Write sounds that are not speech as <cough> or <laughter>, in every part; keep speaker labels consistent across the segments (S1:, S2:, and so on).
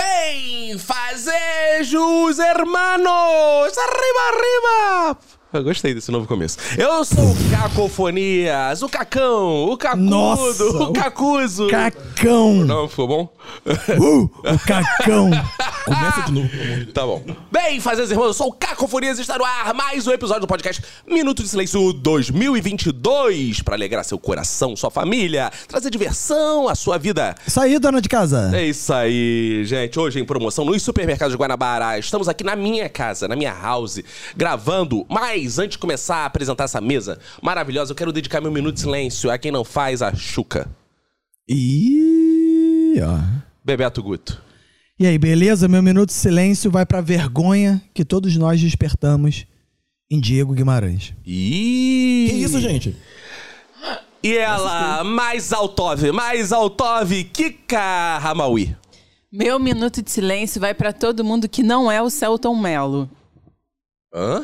S1: Bem, fazejos, hermanos! Arriba, arriba! Eu gostei desse novo começo. Eu sou o Cacofonias, o Cacão, o Cacudo,
S2: Nossa,
S1: o
S2: o
S1: Cacuzo.
S2: Cacão!
S1: Não, ficou bom? <laughs>
S2: Uh, o cacão! Começa de novo, pelo amor de Deus.
S1: Tá bom. Bem, fazejos, irmãos, eu sou o Cacofonias e está no ar mais um episódio do podcast Minuto de Silêncio 2022 para alegrar seu coração, sua família, trazer diversão à sua vida.
S2: Isso aí, dona de casa.
S1: É isso aí, gente. Hoje em promoção nos supermercados de Guanabara. Estamos aqui na minha casa, na minha house, gravando. Mas antes de começar a apresentar essa mesa maravilhosa, eu quero dedicar meu minuto de silêncio a quem não faz a chuca.
S2: E, ó.
S1: Bebeto Guto.
S2: e aí, beleza? Meu minuto de silêncio vai pra vergonha que todos nós despertamos em Diego Guimarães.
S1: E...
S3: Que isso, gente?
S1: E ela, mais Altov, mais Altov, Kika Ramaui.
S4: Meu minuto de silêncio vai pra todo mundo que não é o Celton Mello.
S1: Hã?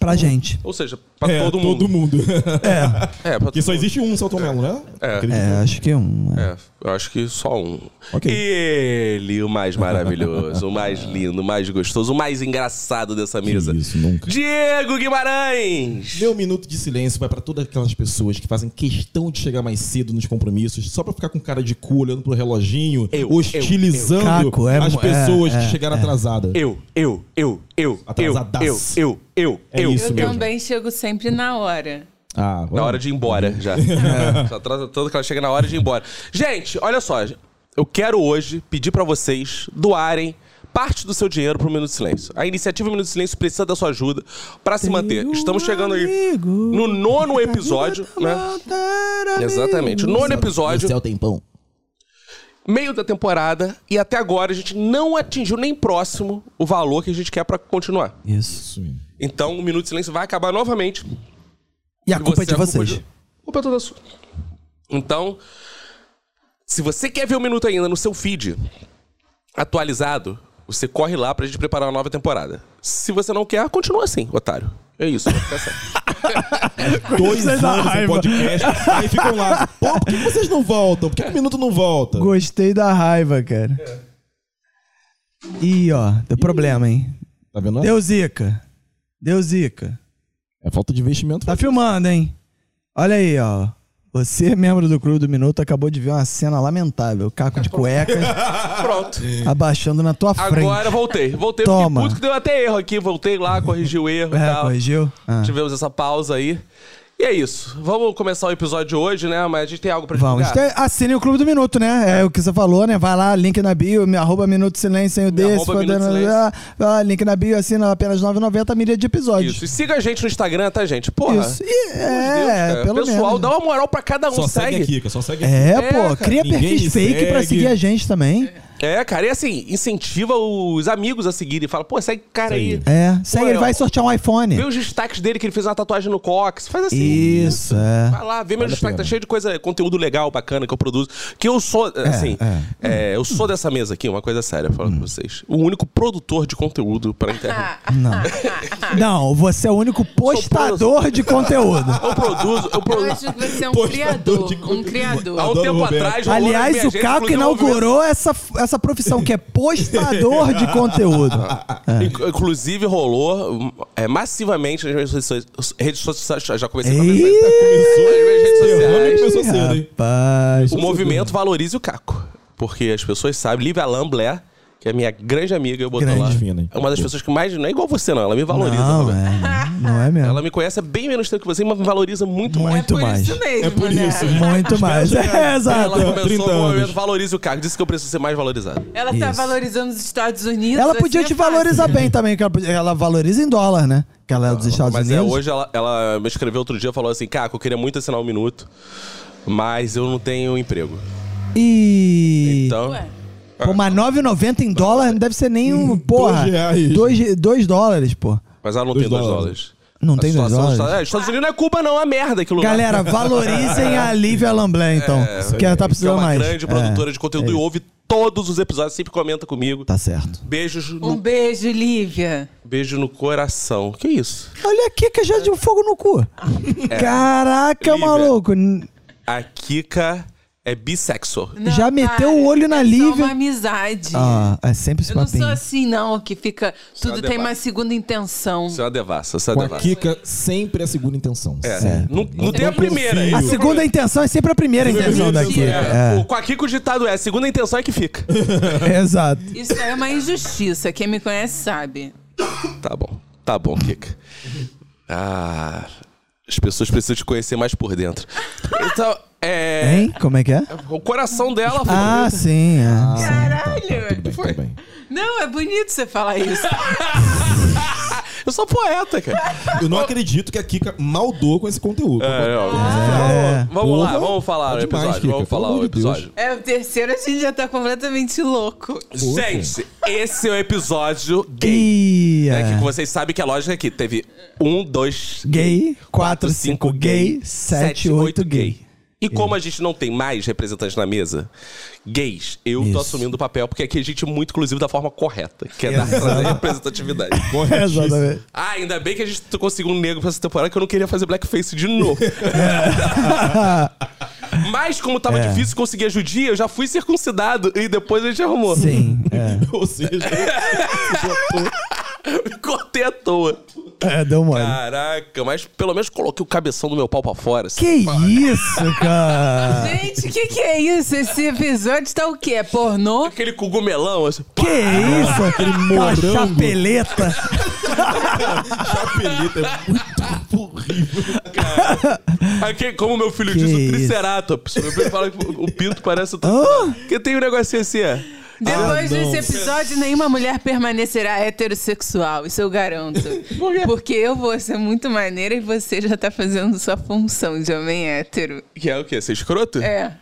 S2: Pra gente.
S1: Ou seja, pra
S3: é,
S1: todo mundo. <laughs>
S2: É,
S1: É, pra
S3: que só existe um Celton Mello, né?
S1: É.
S3: Acredito.
S2: é acho que um.
S1: É, eu acho que só um.
S3: Ok.
S1: E ele, o mais maravilhoso, o
S3: <laughs>
S1: mais lindo, o mais gostoso, o mais engraçado dessa mesa.
S3: isso, nunca.
S1: Diego Guimarães!
S3: Meu minuto de silêncio vai pra todas aquelas pessoas que fazem questão de chegar mais cedo nos compromissos, só pra ficar com cara de cu, olhando pro reloginho,
S1: Eu,
S3: hostilizando
S2: eu, eu. Caco, é
S3: as
S2: mo-
S3: pessoas
S2: é, é,
S3: que chegaram atrasadas.
S1: Eu, eu, eu, eu, eu, eu,
S3: Atrasadaço.
S1: eu, eu,
S3: É
S1: eu.
S3: isso
S4: eu
S3: mesmo.
S4: também chego sempre na hora.
S3: Ah,
S1: Na hora de ir embora,
S3: <laughs>
S1: já. Só atrasa tanto que ela chega na hora de ir embora. Gente, olha só. Eu quero hoje pedir pra vocês doarem parte do seu dinheiro pro Minuto de Silêncio. A iniciativa Minuto de Silêncio precisa da sua ajuda pra se manter. Estamos chegando aí
S2: amigo
S1: no nono episódio, né? Exatamente. Nono
S3: de
S1: episódio,
S2: é
S3: céu tem pão.
S1: meio da temporada, e até agora a gente não atingiu nem próximo o valor que a gente quer pra continuar.
S2: Isso.
S3: Isso mesmo.
S1: Então, o Minuto de Silêncio vai acabar novamente.
S2: E a culpa é de
S1: a culpa
S2: vocês.
S1: de- Culpa é toda sua. Então, se você quer ver o Minuto ainda no seu feed atualizado, você corre lá pra gente preparar uma nova temporada. Se você não quer, continua assim, otário. É isso. vai ficar assim.
S2: <laughs>
S3: Dois
S2: Vocês da
S3: anos em
S2: raiva.
S3: podcast, aí ficam lá. Pô, por que vocês não voltam? Por que o minuto não volta?
S2: Gostei da raiva, cara. Ih, ó, deu problema, hein?
S3: Tá vendo?
S2: Deu zica. Deu zica.
S3: É falta de investimento.
S2: Tá filmando, hein? Olha aí, ó. Você, membro do Clube do Minuto, acabou de ver uma cena lamentável. Caco
S1: <laughs>
S2: de cueca
S1: Pronto.
S2: abaixando na tua frente.
S1: Agora voltei. Voltei, fiquei
S2: Toma.
S1: puto que deu até erro aqui. Voltei lá, corrigi o erro e
S2: É,
S1: tal.
S2: corrigiu? Ah.
S1: Tivemos essa pausa aí. E é isso. Vamos começar o episódio de hoje, né? Mas a gente tem algo pra
S2: Vamos.
S1: divulgar.
S2: Então, assine o Clube do Minuto, né? É o que você falou, né? Vai lá, link na bio, me arroba Minuto Silêncio, o desse.
S1: arroba
S2: foi
S1: Minuto
S2: dando-
S1: Silêncio.
S2: Ah, ah, link na bio, assina apenas 9,90 mídia de episódios.
S1: Isso. E siga a gente no Instagram, tá, gente? Porra.
S2: Isso. E, é,
S1: Deus, cara.
S2: pelo
S1: Pessoal,
S2: menos.
S1: dá uma moral pra cada um.
S3: Só segue,
S1: segue
S3: aqui, só segue aqui.
S2: É,
S1: É,
S2: pô,
S1: cara,
S2: cria
S3: ninguém
S2: perfis fake pra
S3: segue.
S2: seguir a gente também.
S1: É, cara, e assim, incentiva os amigos a seguirem. Fala, pô, segue o cara aí.
S3: Isso
S2: É, segue,
S1: Pô,
S2: ele
S1: é,
S2: vai
S1: ó,
S2: sortear um iPhone.
S1: Vê os destaques dele, que ele fez uma tatuagem no cox. Faz assim.
S2: Isso, é.
S1: Vai lá, vê meu
S3: Vale a
S1: destaque. Tá
S3: pena.
S1: cheio de coisa, conteúdo legal, bacana que eu produzo. Que eu sou, assim, é, eu sou dessa mesa aqui, uma coisa séria, falando
S2: Hum.
S1: pra vocês. O único produtor de conteúdo pra
S2: <laughs>
S1: internet.
S2: Não. Não, você é o único postador de conteúdo.
S1: Eu produzo, eu
S4: Eu
S1: produzo.
S4: acho que você é um
S3: Postador
S4: criador.
S3: de
S4: Um
S3: conteúdo.
S1: Há um
S4: criador.
S3: Adoro
S1: tempo
S3: o Roberto.
S1: atrás, rolou na minha
S2: Aliás, o
S1: agenda,
S2: Caco
S1: inclusive, um movimento-
S2: inaugurou essa, essa profissão, que é postador de conteúdo.
S3: É.
S1: Inc- Inclusive rolou um, é, massivamente nas minhas redes sociais- redes sociais. Já comecei a
S2: Ei,
S1: conversar. Nas minhas redes sociais.
S3: tá Começou cedo, hein?
S2: Rapaz.
S1: O movimento valoriza o Caco. Porque as pessoas sabem. Lívia Lamblé, que é minha grande amiga, eu boto
S2: Grande,
S1: lá.
S3: fina, hein?
S1: É uma das pessoas que mais. Não é igual você, não. Ela me valoriza.
S2: Não,
S1: também.
S2: é, não é mesmo.
S1: Ela me conhece há bem menos tempo que você, mas me valoriza muito mais.
S4: É por
S2: mais.
S4: isso mesmo,
S3: É por
S4: né?
S3: isso.
S2: Muito mais. <laughs> É,
S1: Ela
S2: exato.
S1: começou
S3: 30
S1: o movimento
S3: anos.
S1: Valoriza o Caco. Disse que eu preciso ser mais valorizado.
S4: Ela tá
S2: Isso.
S4: valorizando os Estados Unidos.
S2: Ela
S4: assim
S2: podia
S4: é
S2: te
S4: fácil.
S2: valorizar bem também, que ela- ela valoriza em dólar, né? Que ela é dos Estados
S1: Mas é,
S2: Unidos.
S1: hoje ela, ela me escreveu outro dia e falou assim: Caco, eu queria muito assinar um minuto, mas eu não tenho emprego.
S2: E.
S1: Então.
S4: Ué,
S2: Pô, mas 9,90 em dólar não deve ser nem um. Porra.
S3: dois reais.
S2: Dois, dois dólares, pô.
S1: Mas ela não
S3: Dois
S1: tem dois
S3: dólares.
S1: dólares.
S2: Não
S1: A
S2: tem dois
S1: situação dos
S2: dólares?
S1: Estados- É, Estados Unidos não é culpa, não, é uma merda aquilo lá. <laughs>
S2: Galera, valorizem a Lívia Lamblé, então. que ela
S1: que
S2: tá
S1: é
S2: precisando
S1: uma
S2: mais.
S1: grande produtora de conteúdo e ouve todos os episódios, sempre comenta comigo.
S2: Tá certo.
S1: Beijos no,
S4: Um beijo, Lívia.
S1: beijo no coração. Que isso?
S2: Olha aqui que já deu fogo no cu. Caraca,
S1: É. Lívia.
S2: maluco. N-
S1: A Kika É bissexual.
S4: Não,
S2: Já meteu o olho na
S4: é só
S2: Lívia?
S4: uma amizade.
S2: Ah, é sempre esse
S4: eu não
S2: papinho.
S4: sou assim, não, que fica.
S1: é um
S4: Tudo tem
S1: debate.
S4: uma segunda intenção.
S1: Você é uma devassa, você é
S3: Com
S1: uma
S3: a
S1: devassa.
S3: Kika, né? sempre é a segunda intenção.
S1: É.
S2: É.
S1: Não, não tem a
S3: confio.
S1: primeira.
S2: A
S1: Esse é o
S2: segunda intenção é sempre a primeira intenção daqui.
S1: É.
S2: É,
S1: O, com a Kika o ditado é, a segunda intenção é que fica.
S2: <laughs> exato.
S4: Isso é uma injustiça. Quem me conhece sabe.
S1: tá bom, tá bom, Kika. Ah, as pessoas precisam te conhecer mais por dentro. Então, é...
S2: Hein? Como é que é?
S1: O coração dela foi...
S2: Ah, sim. é.
S1: Ah,
S4: Caralho!
S3: tá, Tudo bem, tudo bem.
S4: Não, é bonito você falar isso.
S1: Eu sou poeta, cara.
S3: Eu não acredito que a Kika maldou com esse conteúdo.
S1: É, ó, vamos- Vamos lá, vamos falar o
S3: É demais,
S1: episódio.
S3: Kika,
S1: vamos falar
S3: pelo
S1: o
S3: amor de Deus.
S1: episódio.
S4: É, o terceiro a gente já tá completamente louco.
S1: Gente, esse é o episódio gay.
S2: Gay.
S1: É que
S2: é.
S1: vocês sabem que a lógica aqui teve um, dois,
S2: Gay, 4, 5
S1: cinco
S2: gay, 7, 8 gay.
S1: E
S3: É.
S1: como a gente não tem mais representantes na mesa, gays, eu
S2: Isso.
S1: tô assumindo o papel, porque aqui a gente é muito inclusivo da forma correta, que é dar
S2: Exato.
S1: trazer <laughs> representatividade.
S2: <laughs>
S3: Corretíssimo.
S2: Exatamente.
S1: Ah, ainda bem que a gente conseguiu um negro pra essa temporada que eu não queria fazer blackface de novo.
S2: <laughs>
S1: Mas como tava
S2: É.
S1: difícil conseguir a judia, eu já fui circuncidado e depois a gente arrumou.
S2: Sim. É.
S3: <laughs> Ou seja,
S1: <laughs> Cortei à toa.
S2: É, deu mole.
S1: Caraca, mas pelo menos coloquei o cabeção do meu pau pra fora. assim.
S2: Que isso, cara?
S4: Gente, o que, que é isso? Esse episódio tá o quê? É
S3: Ah,
S4: pornô?
S1: Aquele cogumelão, assim.
S2: Que isso? Aquele
S3: morango.
S2: chapeleta.
S3: chapeleta é muito horrível.
S1: Aqui, como meu filho
S2: Que
S1: diz, o
S2: isso?
S1: triceratops. Meu filho fala que o o pinto parece o
S2: Hã?
S1: triceratops. Porque tem um negocinho assim, é.
S4: Depois
S3: não.
S4: desse episódio, nenhuma mulher permanecerá heterossexual. Isso eu garanto.
S1: Por quê?
S4: Porque eu vou ser muito maneira e você já tá fazendo sua função de homem hétero.
S1: Que é o quê? Ser escroto?
S4: É.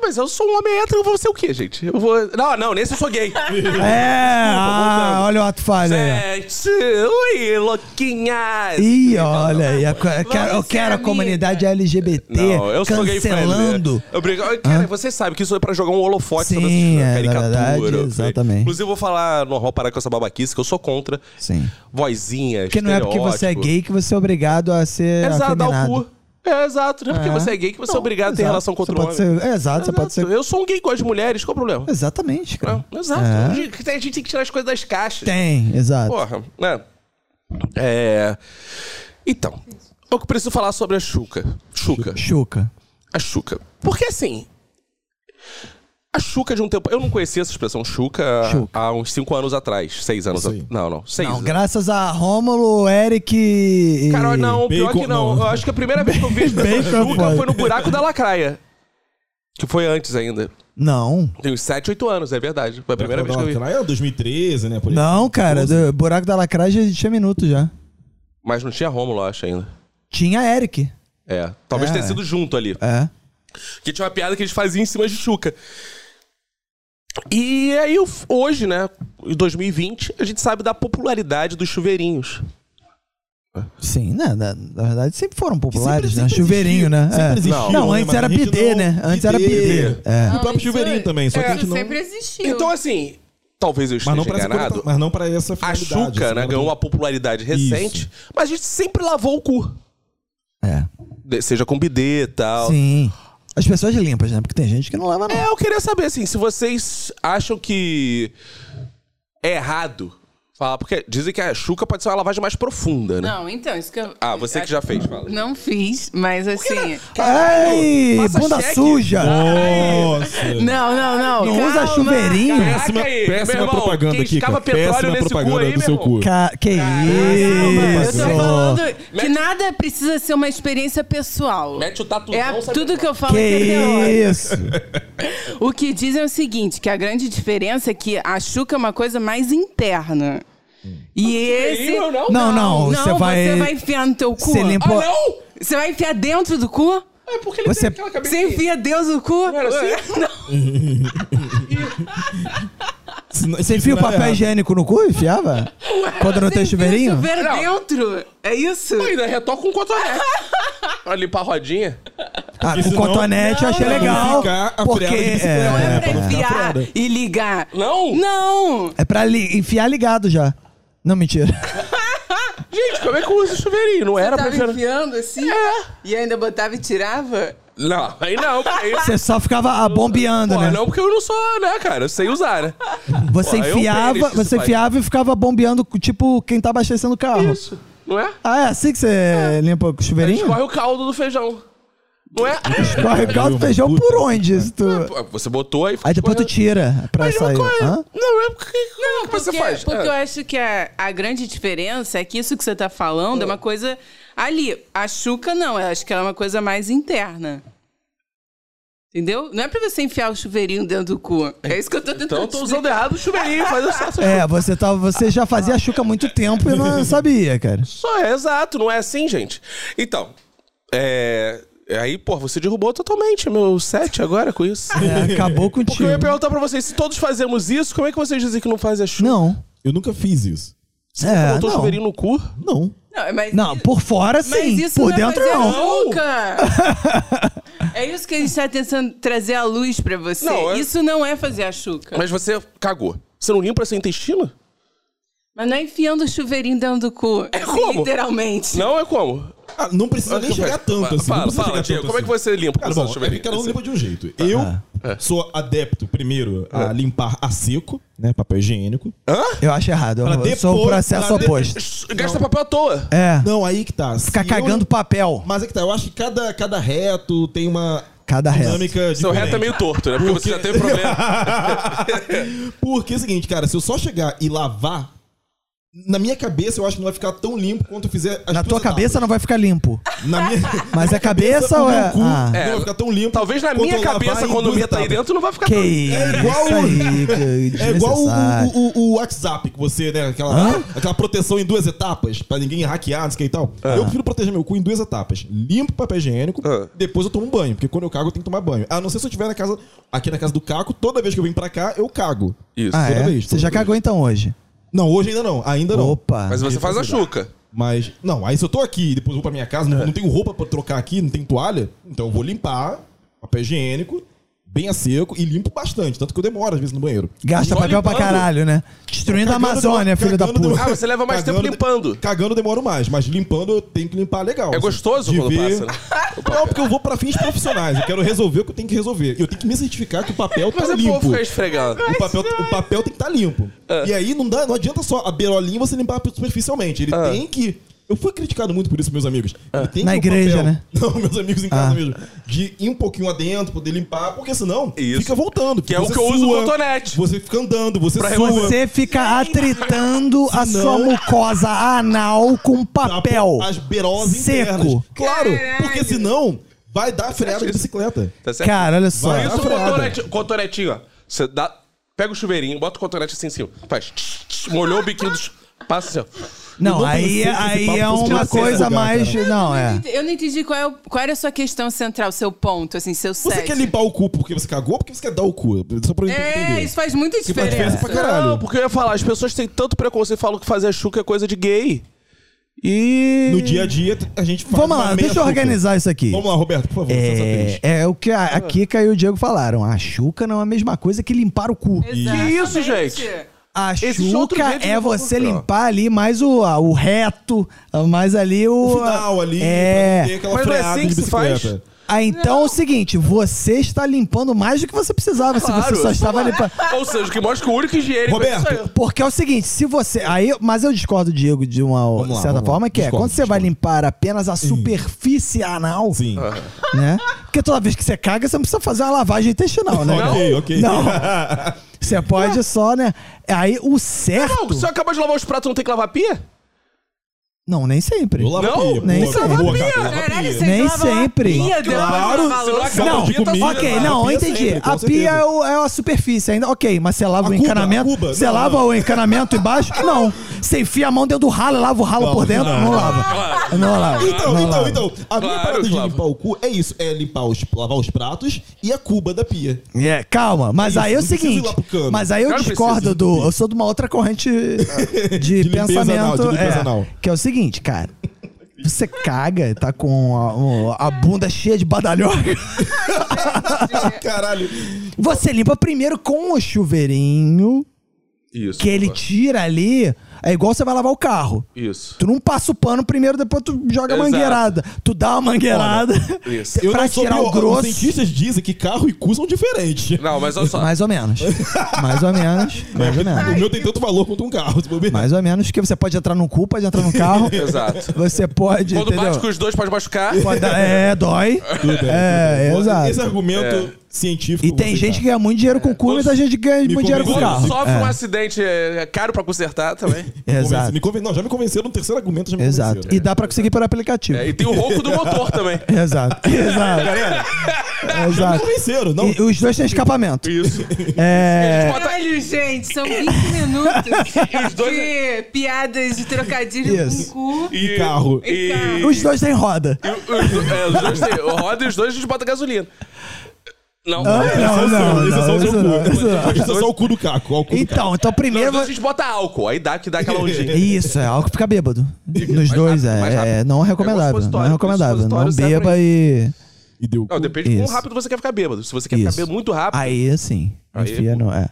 S1: Mas eu sou um homem hétero, eu vou ser o quê, gente? Eu vou... Não, não, nesse eu sou
S2: <laughs>
S1: gay.
S2: É, ah, olha o ato falho aí. ó.
S1: Gente, oi, louquinha.
S2: Ih, olha aí. a co- eu quero- Eu
S4: ser
S2: quero a
S4: amiga.
S2: comunidade LGBT
S1: Não, eu sou gay friendly.
S2: é, cancelando.
S1: Eu brigo. Ai, Cara, você sabe que isso é pra jogar um holofote sobre
S2: Sim,
S1: essa
S2: é,
S1: caricatura.
S2: na verdade,
S1: ok?
S2: exatamente.
S1: Inclusive, eu vou falar normal parar com essa babaquice, que eu sou contra.
S2: Sim.
S1: Vozinha,
S2: Porque não é porque você é
S1: estereótipo.
S2: gay que você é obrigado a ser
S1: Exato, dá
S2: afeminado.
S1: o cu. É, exato. Não é porque
S2: É.
S1: você é gay que você é
S2: Não,
S1: obrigado a ter
S2: exato.
S1: relação com outro
S2: você
S1: homem.
S2: pode ser- é, exato, você pode ser...
S1: Eu sou um gay que gosta de mulheres, qual o problema?
S2: Exatamente, cara.
S1: É, Exato.
S2: É.
S1: A gente- A gente tem que tirar as coisas das caixas.
S2: Tem, exato.
S1: Porra, né? É. Então, eu preciso falar sobre a Xuca. Xuca.
S2: Chuca.
S1: A Xuca. Porque assim. A Xuca de um tempo. Eu não conhecia essa expressão Xuca há-
S2: Xuca.
S1: há uns 5 anos atrás. 6 anos
S3: Isso aí.
S1: atrás. Não, não. 6
S2: Não, graças a Rômulo, Eric e...
S1: Cara, não, pior
S3: Bacon,
S1: que não.
S3: não.
S1: Eu acho que a primeira vez que eu vi a expressão
S2: <laughs> Bacon é
S1: Xuca
S2: foda.
S1: foi no buraco da lacraia. Que foi antes ainda.
S2: Não.
S1: Tem uns 7, 8 anos, é verdade. Foi a primeira vez que eu vi.
S3: Era 2013, né? por aí.
S2: Não, cara, do buraco da lacragem já tinha minuto já.
S1: Mas não tinha Rômulo, eu acho, ainda.
S2: Tinha Eric.
S1: É. Talvez
S2: É.
S1: tenha sido junto ali.
S2: É.
S1: Que tinha uma piada que eles faziam em cima de Chuca. E aí, eu- hoje, né, em 2020, a gente sabe da popularidade dos chuveirinhos.
S2: Sim, né? Na, na verdade, sempre foram populares,
S3: Sempre-
S2: né?
S3: sempre
S2: Chuveirinho,
S3: existiu,
S2: né?
S3: sempre
S2: É.
S3: existiu,
S2: Não,
S3: né?
S2: antes
S3: Mas
S2: era
S3: a gente
S2: bidê,
S3: não-
S2: né? Antes era
S3: bidê.
S2: bidê.
S1: Ah,
S2: É.
S3: E o próprio chuveirinho também, só que
S1: É,
S3: a gente não...
S4: sempre existiu.
S1: Então, assim, talvez eu
S3: Mas
S1: esteja
S3: não, pra essa,
S1: enganado.
S3: mas não pra essa
S1: A
S3: finalidade.
S1: Xuca,
S3: assim,
S1: né,
S3: pra-
S1: ganhou uma popularidade recente, mas a gente sempre lavou o cu.
S2: É.
S1: De- Seja com bidê e tal.
S2: Sim. As pessoas limpas, né? Porque tem gente que não lava, não.
S1: É, eu queria saber, assim, se vocês acham que é errado falar, porque dizem que a Xuca pode ser uma lavagem mais profunda,
S3: é-
S1: né?
S4: Não, então, isso que eu.
S1: Ah, você que já fez, fala.
S4: Não fiz, mas assim.
S2: Ai,
S1: Passa
S2: bunda
S1: cheque.
S2: suja!
S3: Nossa!
S4: Não, não, não.
S2: Não usa
S4: calma.
S2: chuveirinho?
S1: Caraca aí,
S3: péssima
S1: meu irmão,
S3: propaganda
S1: quem
S3: aqui,
S1: escava
S3: cara.
S1: petróleo
S3: Péssima
S1: nesse cu
S3: propaganda
S1: aí,
S3: do
S1: meu
S3: seu
S1: irmão.
S3: cu.
S2: Ca- Que
S4: Eu tô
S2: isso!
S4: falando que
S1: Mete-
S4: nada precisa ser uma experiência pessoal.
S1: Mete o tatuzão,
S4: É a-
S1: sabe?
S4: tudo que eu falo
S2: Que
S4: é teórico.
S2: isso!
S4: O que dizem é o seguinte, que a grande diferença é que a Xuca é uma coisa mais interna. E esse...
S1: eu não?
S2: Não, não, você
S4: você vai...
S2: vai-
S4: enfiar no teu cu.
S2: Você limpa-
S1: Ah, não?
S4: Você vai enfiar dentro do cu?
S1: É porque ele
S2: Você-
S1: tem aquela cabeça...
S4: Você enfia Deus no cu?
S1: Não era assim?
S2: Você enfia o papel higiênico no cu e enfiava? Quando não tem
S4: Você enfia
S2: chuveirinho?
S4: chuveiro
S1: Não.
S4: dentro. É isso?
S1: Pô, Ainda retoca um
S2: <laughs>
S1: cotonete. pra limpar a rodinha.
S2: Ah,
S3: Isso
S2: com
S3: não-
S2: cotonete eu achei
S3: não.
S2: legal.
S3: Ficar a
S2: Porque
S3: freada de bicicleta.
S4: Não é,
S2: é,
S4: pra
S3: pra não ficar
S4: enfiar
S3: furada.
S4: e ligar.
S1: Não?
S4: Não!
S2: é pra li- enfiar ligado já. Não, mentira.
S1: Gente, como é que eu uso chuveirinho? Não era
S4: tava
S2: tá
S1: pra... enfiar-
S4: enfiando assim?
S1: É.
S4: E ainda botava e tirava?
S1: Não, aí não, porque aí...
S2: Você só ficava ah, bombeando,
S1: Pô,
S2: né?
S1: não, porque eu não sou, né, cara? Eu sei usar,
S2: <laughs>
S1: né? Pô,
S2: Você
S1: aí é um
S2: enfiava,
S1: pênis que
S2: você
S1: isso
S2: enfiava e ficava bombeando, tipo, quem tá abastecendo o carro.
S1: Isso, não é?
S2: Ah, é assim que você limpa o chuveirinho?
S1: Escorre o caldo do feijão. Não é?
S2: Escorre o caldo do
S3: Puta
S2: feijão
S3: que
S2: por onde? isso tu-
S1: Pô, Você botou aí...
S2: Aí depois tu tira pra
S1: Mas
S2: sair.
S1: não, é-
S2: Hã?
S1: não, é porque... Não,
S4: Porque,
S1: você faz?
S4: porque
S1: É.
S4: eu acho que a, a grande diferença é que isso que você tá falando é uma coisa. Ali, a Xuca não, eu acho que ela é uma coisa mais interna. Entendeu? Não é pra você enfiar o chuveirinho dentro do cu. É isso que eu tô tentando.
S1: Então eu tô
S4: dizer.
S1: usando errado o chuveirinho, faz eu só essa
S2: É, você, tava, você já fazia chuca há muito tempo e não sabia, cara.
S1: Só é exato, não é assim, gente. Então, é. Aí, pô, você derrubou totalmente meu set agora com isso.
S2: É, acabou
S1: Porque
S2: contigo.
S1: eu ia perguntar pra vocês, se todos fazemos isso, como é que vocês dizem que não fazem a chuva?
S2: Não.
S3: Eu nunca fiz isso.
S2: É,
S1: Botou o
S2: não.
S1: chuveirinho no cu?
S3: Não.
S4: Não, mas,
S2: Não, por fora
S4: mas
S2: sim,
S4: isso
S2: por
S4: não
S2: dentro
S4: é fazer
S2: não.
S1: <laughs>
S4: Xuca. é isso que a gente tá tentando trazer à luz pra você.
S1: Não, é-
S4: Isso não é fazer a Xuca.
S1: Mas
S4: Mas...
S1: você cagou. Você não limpa seu intestino?
S4: não é enfiando o chuveirinho dentro do cu. É
S1: como?
S4: Literalmente.
S1: Não é como?
S3: Ah, não precisa nem chegar tanto assim.
S1: Fala,
S3: não precisa
S1: fala,
S3: chegar
S1: Diego,
S3: tanto
S1: como é que
S3: assim.
S1: você limpa
S3: Cara,
S1: com o seu
S3: bom, é que
S1: chuveirinho?
S3: cada um limpa de um jeito.
S1: Ah,
S3: Eu
S1: é.
S3: sou adepto, primeiro, a limpar a seco, né? Papel higiênico.
S2: Eu acho errado. Eu
S3: Pra
S2: sou o
S3: depois-
S2: processo
S3: pra de-
S2: oposto.
S1: Gasta papel à toa.
S2: É.
S3: Não, aí que tá.
S2: Ficar
S3: Se
S2: cagando
S3: eu-
S2: papel.
S3: Mas é que tá, eu acho que cada, cada reto tem uma
S2: Cada reto.
S3: dinâmica
S1: Seu reto é
S3: diferente.
S1: meio <laughs> torto, né? Porque você já teve
S3: <laughs>
S1: problema.
S3: Porque <laughs> é o seguinte, cara, se eu só chegar e lavar, na minha cabeça eu acho que não vai ficar tão limpo quanto eu fizer as
S2: Na
S3: duas
S2: tua
S3: etapas.
S2: cabeça não vai ficar limpo. <laughs>
S3: Na minha...
S2: Mas é
S3: <laughs>
S2: cabeça ou é.
S3: Meu cu
S2: Ah,
S1: É,
S3: não vai ficar tão limpo.
S1: Talvez na
S3: quanto
S1: minha
S3: eu lavar
S1: cabeça,
S3: em
S1: quando o
S3: duas
S1: Mia tá aí
S3: etapas.
S1: dentro, não vai ficar
S2: Que
S1: tão-
S2: isso?
S3: É igual o-
S2: aí, que
S3: É igual o,
S2: desnecessário.
S3: o- o- o WhatsApp que você, né? Aquela,
S2: Hã?
S3: aquela proteção em duas etapas, pra ninguém hackear, não sei o que e tal. Eu prefiro proteger meu cu em duas etapas. Limpo o papel higiênico,
S1: Ah.
S3: depois eu tomo um banho, porque quando eu cago eu tenho que tomar banho. A não ser se eu estiver na casa, aqui na casa do Caco, toda vez que eu vim pra cá, eu cago.
S1: Isso.
S2: Ah,
S3: toda
S2: é?
S3: vez,
S2: Você
S3: toda
S2: já
S3: vez.
S2: cagou então hoje?
S3: Não, hoje ainda não, ainda não.
S2: Opa.
S1: Mas você faz a chuca.
S3: Mas, não, aí se eu tô aqui e depois vou pra minha casa,
S2: É.
S3: não, não tenho roupa pra trocar aqui, não tenho toalha, então eu vou limpar, papel higiênico, bem a seco e limpo bastante. Tanto que eu demoro às vezes no banheiro.
S1: Só
S2: Gasta papel pra
S1: limpando.
S2: caralho, né? Destruindo a
S3: Cagando
S2: Amazônia,
S3: demora-
S2: filho da
S3: cagando
S2: puta.
S1: Ah,
S3: demora-
S1: você leva mais tempo
S3: de-
S1: limpando.
S3: Cagando eu demoro mais, mas limpando eu tenho que limpar legal.
S1: É
S3: assim,
S1: gostoso
S3: de
S1: quando passa, né?
S3: <laughs> Não, porque eu vou pra fins profissionais. Eu quero resolver o que eu tenho que resolver. Eu tenho que me certificar que o papel tá
S1: Mas é
S3: limpo.
S1: bom ficar Ah. esfregando.
S3: O papel, o papel tem que estar limpo. E aí não, dá, não adianta só a beirolinha você limpar superficialmente.
S1: Ah.
S3: Ele tem que. Eu fui criticado muito por isso, meus amigos. Ele tem
S2: Na
S3: que o
S2: igreja,
S3: papel-
S2: né?
S3: <laughs> Não, meus amigos em casa
S2: Ah.
S3: mesmo. De ir um pouquinho adentro, poder limpar, porque senão
S1: Isso.
S3: fica voltando.
S1: Que é o
S3: Você
S1: que eu uso no cotonete.
S3: Você fica andando, você
S1: Pra
S3: sua.
S2: Você fica atritando a
S3: Senão-
S2: sua mucosa anal com
S3: tapa
S2: papel.
S3: As beirosas
S2: Seco.
S3: internas. Claro,
S4: Caralho.
S3: porque senão vai dar freada de bicicleta.
S1: Tá certo?
S2: Cara, é olha só.
S3: é Vai,
S1: Isso, o
S3: Afrada.
S1: cotonete, cotonetinho, ó. Você dá, pega o chuveirinho, bota o cotonete assim em cima. Faz. tch, tch, Molhou o biquinho dos. Passa assim, ó.
S2: Não,
S3: não
S2: aí,
S3: pensei nesse
S2: aí
S3: papo
S2: é
S3: fosse
S2: uma
S3: pra ser
S2: coisa
S3: lugar,
S2: mais.
S3: cara.
S2: Não,
S4: Eu não
S2: é.
S4: entendi- Eu não entendi qual, é o- qual era a sua questão central, seu ponto, assim, seu set.
S3: Você quer limpar o cu porque você cagou ou porque você quer dar o cu? Só pra eu entender.
S4: É, isso faz muita
S3: Que faz diferença
S4: diferença.
S3: pra caralho.
S1: Não, porque eu ia falar, as pessoas têm tanto preconceito e falam que fazer chuca é coisa de gay. E.
S3: No dia a dia, a gente faz
S2: Vamos
S3: uma
S2: lá,
S3: meia
S2: deixa eu
S3: culpa.
S2: organizar isso aqui.
S3: Tá Vamos lá, Roberto, por favor. sua vez.
S2: É, é o que a, a Kika e o Diego falaram. A chuca não é a mesma coisa que limpar o cu.
S1: Que isso,
S4: Exatamente.
S1: gente?
S2: A
S1: Existe outro
S2: chuca
S1: jeito de
S2: é
S1: limpar
S2: você
S1: o cu, cara.
S2: limpar ali mais o, a- o reto, mais ali o.
S3: O final ali, pra ter
S2: É.
S3: aquela
S1: Mas não é
S3: freada
S1: assim
S3: de
S1: que se faz?
S3: bicicleta.
S2: Ah, então é o seguinte, você está limpando mais do que você precisava, se
S1: Claro,
S2: você só estava limpando.
S1: <laughs> Ou seja, que mostra que o único higiênico é isso aí.
S3: Roberto,
S2: Porque é o seguinte, se você. Aí, mas eu discordo, Diego, de uma
S3: lá,
S2: certa
S3: vamos lá.
S2: forma, que é
S3: Discordo,
S2: quando você vai limpar apenas a superfície anal,
S3: sim.
S4: Ah.
S2: né? Porque toda vez que você caga, você não precisa fazer uma lavagem intestinal, né?
S3: Ok, ok. <laughs>
S2: Não. Você pode só, né? Aí o certo.
S1: Não, se eu acabar de lavar os pratos, não tem que lavar a pia?
S2: Não, nem sempre.
S3: Eu lavo
S1: Não,
S3: a pia,
S2: nem
S3: boa,
S2: sempre.
S3: boa,
S2: Lava a
S3: cara, lava a
S4: Caralho,
S3: pia.
S4: né? você
S2: Nem
S4: lava
S2: sempre.
S4: a pia,
S3: Claro,
S4: depois lava
S1: se
S4: a
S1: não
S4: louça.
S1: acaba-
S2: Não,
S1: de comida,
S2: ok,
S1: lava
S2: não,
S3: a pia
S2: entendi.
S3: sempre, né? com
S2: a pia
S3: certeza.
S2: é, o- é a superfície ainda. Ok, mas você lava
S3: A
S2: o
S3: cuba,
S2: encanamento.
S3: a cuba,
S2: Você
S3: não,
S2: lava
S3: não.
S2: o encanamento embaixo? Não. Você enfia a mão dentro do ralo, lava o ralo
S3: Não,
S2: por dentro? Não,
S3: não.
S2: lava. Não lava.
S3: Então,
S2: não
S3: então,
S2: lava.
S3: então. A minha
S1: Claro,
S3: parada de
S1: Cláudio.
S3: limpar o cu é isso. É limpar os, lavar os pratos e a cuba da pia.
S2: É, calma, mas
S3: É isso,
S2: aí é o
S3: não precisa ir
S2: seguinte.
S3: lá pro cano.
S2: Mas aí eu
S1: Claro que
S2: discordo
S1: precisa,
S2: do. Eu sou de uma outra
S3: <laughs>
S2: corrente de,
S3: limpeza
S2: pensamento.
S3: anal, de limpeza
S2: é,
S3: anal.
S2: Que é o seguinte, cara. Você caga, tá com a, um- a bunda cheia de badalhoca. <laughs>
S4: É.
S3: Caralho.
S2: Você limpa primeiro com o chuveirinho,
S1: Isso.
S2: que ele tira ali É igual você vai lavar o carro.
S1: Isso.
S2: Tu não passa o pano primeiro, depois tu joga a
S1: Exato.
S2: mangueirada. Tu dá uma mangueirada
S1: Isso.
S2: <laughs>
S3: Eu
S2: pra
S3: não sou
S2: tirar o
S3: biólogo,
S2: grosso.
S3: Os cientistas dizem que carro e cu são diferentes.
S1: Não, mas olha só.
S2: Mais ou menos. Mais ou
S3: <laughs>
S2: menos. Mais ou
S3: O
S2: menos.
S3: meu tem tanto valor quanto um carro, se bobear.
S2: Mais ou menos, porque você pode entrar no cu, pode entrar no carro.
S1: <laughs> Exato.
S2: Você pode.
S1: Quando
S2: <laughs> entendeu?
S1: bate com os dois, pode machucar.
S2: <laughs> Pode dar- É, dói. É,
S3: Bom,
S2: exato.
S3: Esse argumento
S1: É.
S3: científico. tá
S2: E
S3: vou
S2: tem
S3: aceitar.
S2: gente que ganha muito dinheiro com cu e muita gente que ganha muito dinheiro com
S3: convenceu.
S2: carro.
S1: Sofre
S2: É,
S1: um acidente é, caro pra consertar também.
S3: Me convence-
S2: Exato.
S3: Me conven... Não, já me convenceram no terceiro argumento, já me
S2: Exato.
S3: convenceram.
S2: E dá pra conseguir pelo aplicativo.
S1: né? É, e tem o ronco do motor também. <laughs>
S2: Exato. Exato.
S3: Galera, já me
S2: Exato.
S3: convenceram, não?
S2: E os dois têm escapamento.
S1: Isso.
S2: É.
S4: Caralho, gente, são 20 minutos
S1: os dois-
S4: de piadas de trocadilho
S2: Isso.
S4: com o cu.
S1: E
S3: carro.
S1: E,
S4: E
S2: Os dois têm roda.
S1: e os, é, os dois tem, roda e os dois a gente bota gasolina. Não.
S2: Ah, Não, não,
S3: Esse é só o
S2: não,
S3: seu
S2: isso não,
S3: cu.
S2: isso não.
S3: Esse é só o cu do Caco. ó, o cu do Caco.
S2: Então, então
S1: né? Não, os
S2: primeiro.
S1: dois a gente bota álcool. Aí dá que dá aquela ondinha.
S2: Isso, é álcool fica bêbado. Nos dois,
S1: rápido, mais
S2: é, é.
S1: rápido.
S2: Não é
S1: É
S2: recomendável. Não é
S1: supositório,
S2: recomendável. Não
S1: supositório serve
S2: beba e.
S3: E deu.
S1: Não,
S3: cu.
S1: depende de quão
S2: Isso.
S1: rápido você quer ficar bêbado. Se você quer
S2: Isso.
S1: ficar bêbado muito rápido,
S2: Aí sim.
S1: Aí,
S2: Enfia no. É.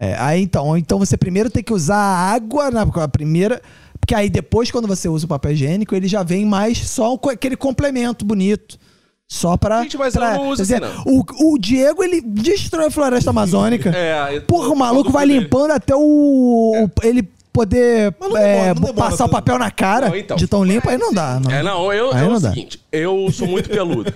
S2: É, aí então, então você primeiro tem que usar a água na a primeira. Porque aí depois, quando você usa o papel higiênico, ele já vem mais só com aquele complemento bonito. Só pra.
S1: Gente, mas eu
S2: pra
S1: não uso
S2: quer
S1: isso,
S2: O, o Diego, ele destrói a floresta amazônica.
S1: É, eu-
S2: Ah, Porra, o maluco
S1: todo
S2: vai
S1: poder. É.
S2: limpando até o. o- ele poder
S3: Mas não
S2: é,
S3: demora, não demora
S2: passar o
S3: tanto.
S2: papel na cara
S1: Não, então.
S2: de tão limpo, aí não dá. Não.
S1: É, não, eu,
S2: Aí
S1: é
S2: não
S1: o
S2: dá.
S1: seguinte, eu sou muito peludo.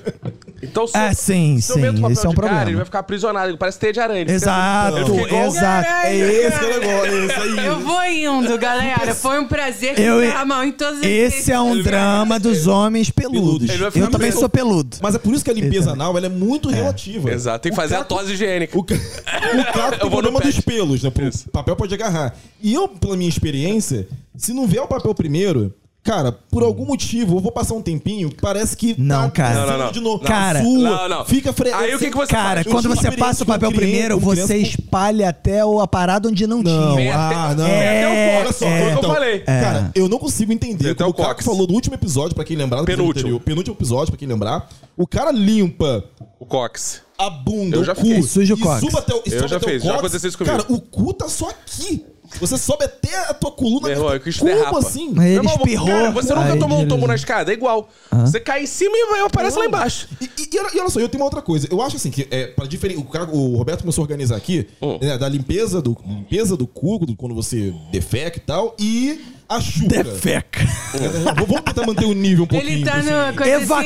S1: Então, se,
S2: É, sim,
S1: se eu
S2: sim,
S1: meto o papel
S2: esse é um
S1: de cara,
S2: problema.
S1: ele vai ficar aprisionado, ele parece teia de aranha. ele fica-
S2: Exato,
S1: Eu fico igual-
S2: exato.
S4: Caralho,
S3: Esse é o negócio, esse aí.
S4: Eu vou indo, galera. Foi um prazer
S2: Eu-
S4: te mal em todas as
S2: Esse é um
S4: questões.
S2: drama dos homens peludos.
S1: Ele vai ficar
S2: Eu também
S1: preso.
S2: sou peludo.
S3: Mas é por isso que a limpeza anal ela é muito relativa.
S1: Exato, tem que fazer a tosse higiênica.
S3: O, ca... o
S1: <laughs> Eu
S3: Caco tem o
S1: vou no
S3: problema
S1: pet.
S3: dos pelos, né? Pro- O papel pode agarrar. E eu, pela minha experiência, se não vier o papel primeiro, cara, por algum motivo, eu vou passar um tempinho, parece que. tá
S2: Não, cara.
S3: descendo
S1: Não, não, não.
S3: De novo.
S2: Cara.
S1: Não,
S3: Sua,
S1: não.
S3: Fica fre...
S1: Aí o que que você
S2: Cara,
S1: faz?
S3: Eu
S2: quando
S3: tive
S2: você
S3: experiência
S2: passa o
S3: com
S2: papel
S3: criança-
S2: primeiro,
S3: com criança
S2: você
S3: com-
S2: espalha até o- a parada onde não,
S3: Não,
S2: tinha.
S3: ah,
S1: até-
S3: não.
S1: é até o
S2: É,
S1: fora só, foi o que eu falei.
S3: então, Cara, eu não consigo entender.
S1: Tem até
S3: Como
S1: o
S3: o Caco
S1: cóccix.
S3: falou no último episódio, pra quem lembrar. do episódio
S1: Penúltimo.
S3: anterior, Penúltimo episódio, pra quem lembrar. O cara limpa
S1: O cox.
S3: a bunda,
S1: Eu já
S3: o cu.
S1: fiquei.
S2: Suja o
S3: e
S2: cóccix.
S3: suba até o, e
S1: Eu
S3: sobe
S1: já
S3: até o
S1: fiz, já
S3: cóccix.
S1: aconteceu isso comigo.
S3: Cara, o cu tá só aqui. Você sobe até a tua coluna.
S1: Meu irmão, é que isso
S3: Como
S1: derrapa.
S3: assim?
S2: Mas
S1: Meu
S2: ele
S1: irmão,
S2: espirrou.
S1: Cara, você nunca
S2: aí
S1: tomou um tombo
S2: deslizou.
S1: na escada? É igual. Você cai em cima e vai- aparece lá embaixo.
S3: E, e- e olha, e olha só, eu tenho uma outra coisa. Eu acho assim que é para diferen... o, cara- o Roberto começou a organizar aqui
S1: Hum.
S3: né, da limpeza do limpeza do cu do- quando você defeca e tal e a chuca.
S2: Defeca.
S3: Vou- Vamos tentar manter o nível um pouquinho.
S4: Ele tá
S3: assim.
S4: numa coisa
S2: Evacua,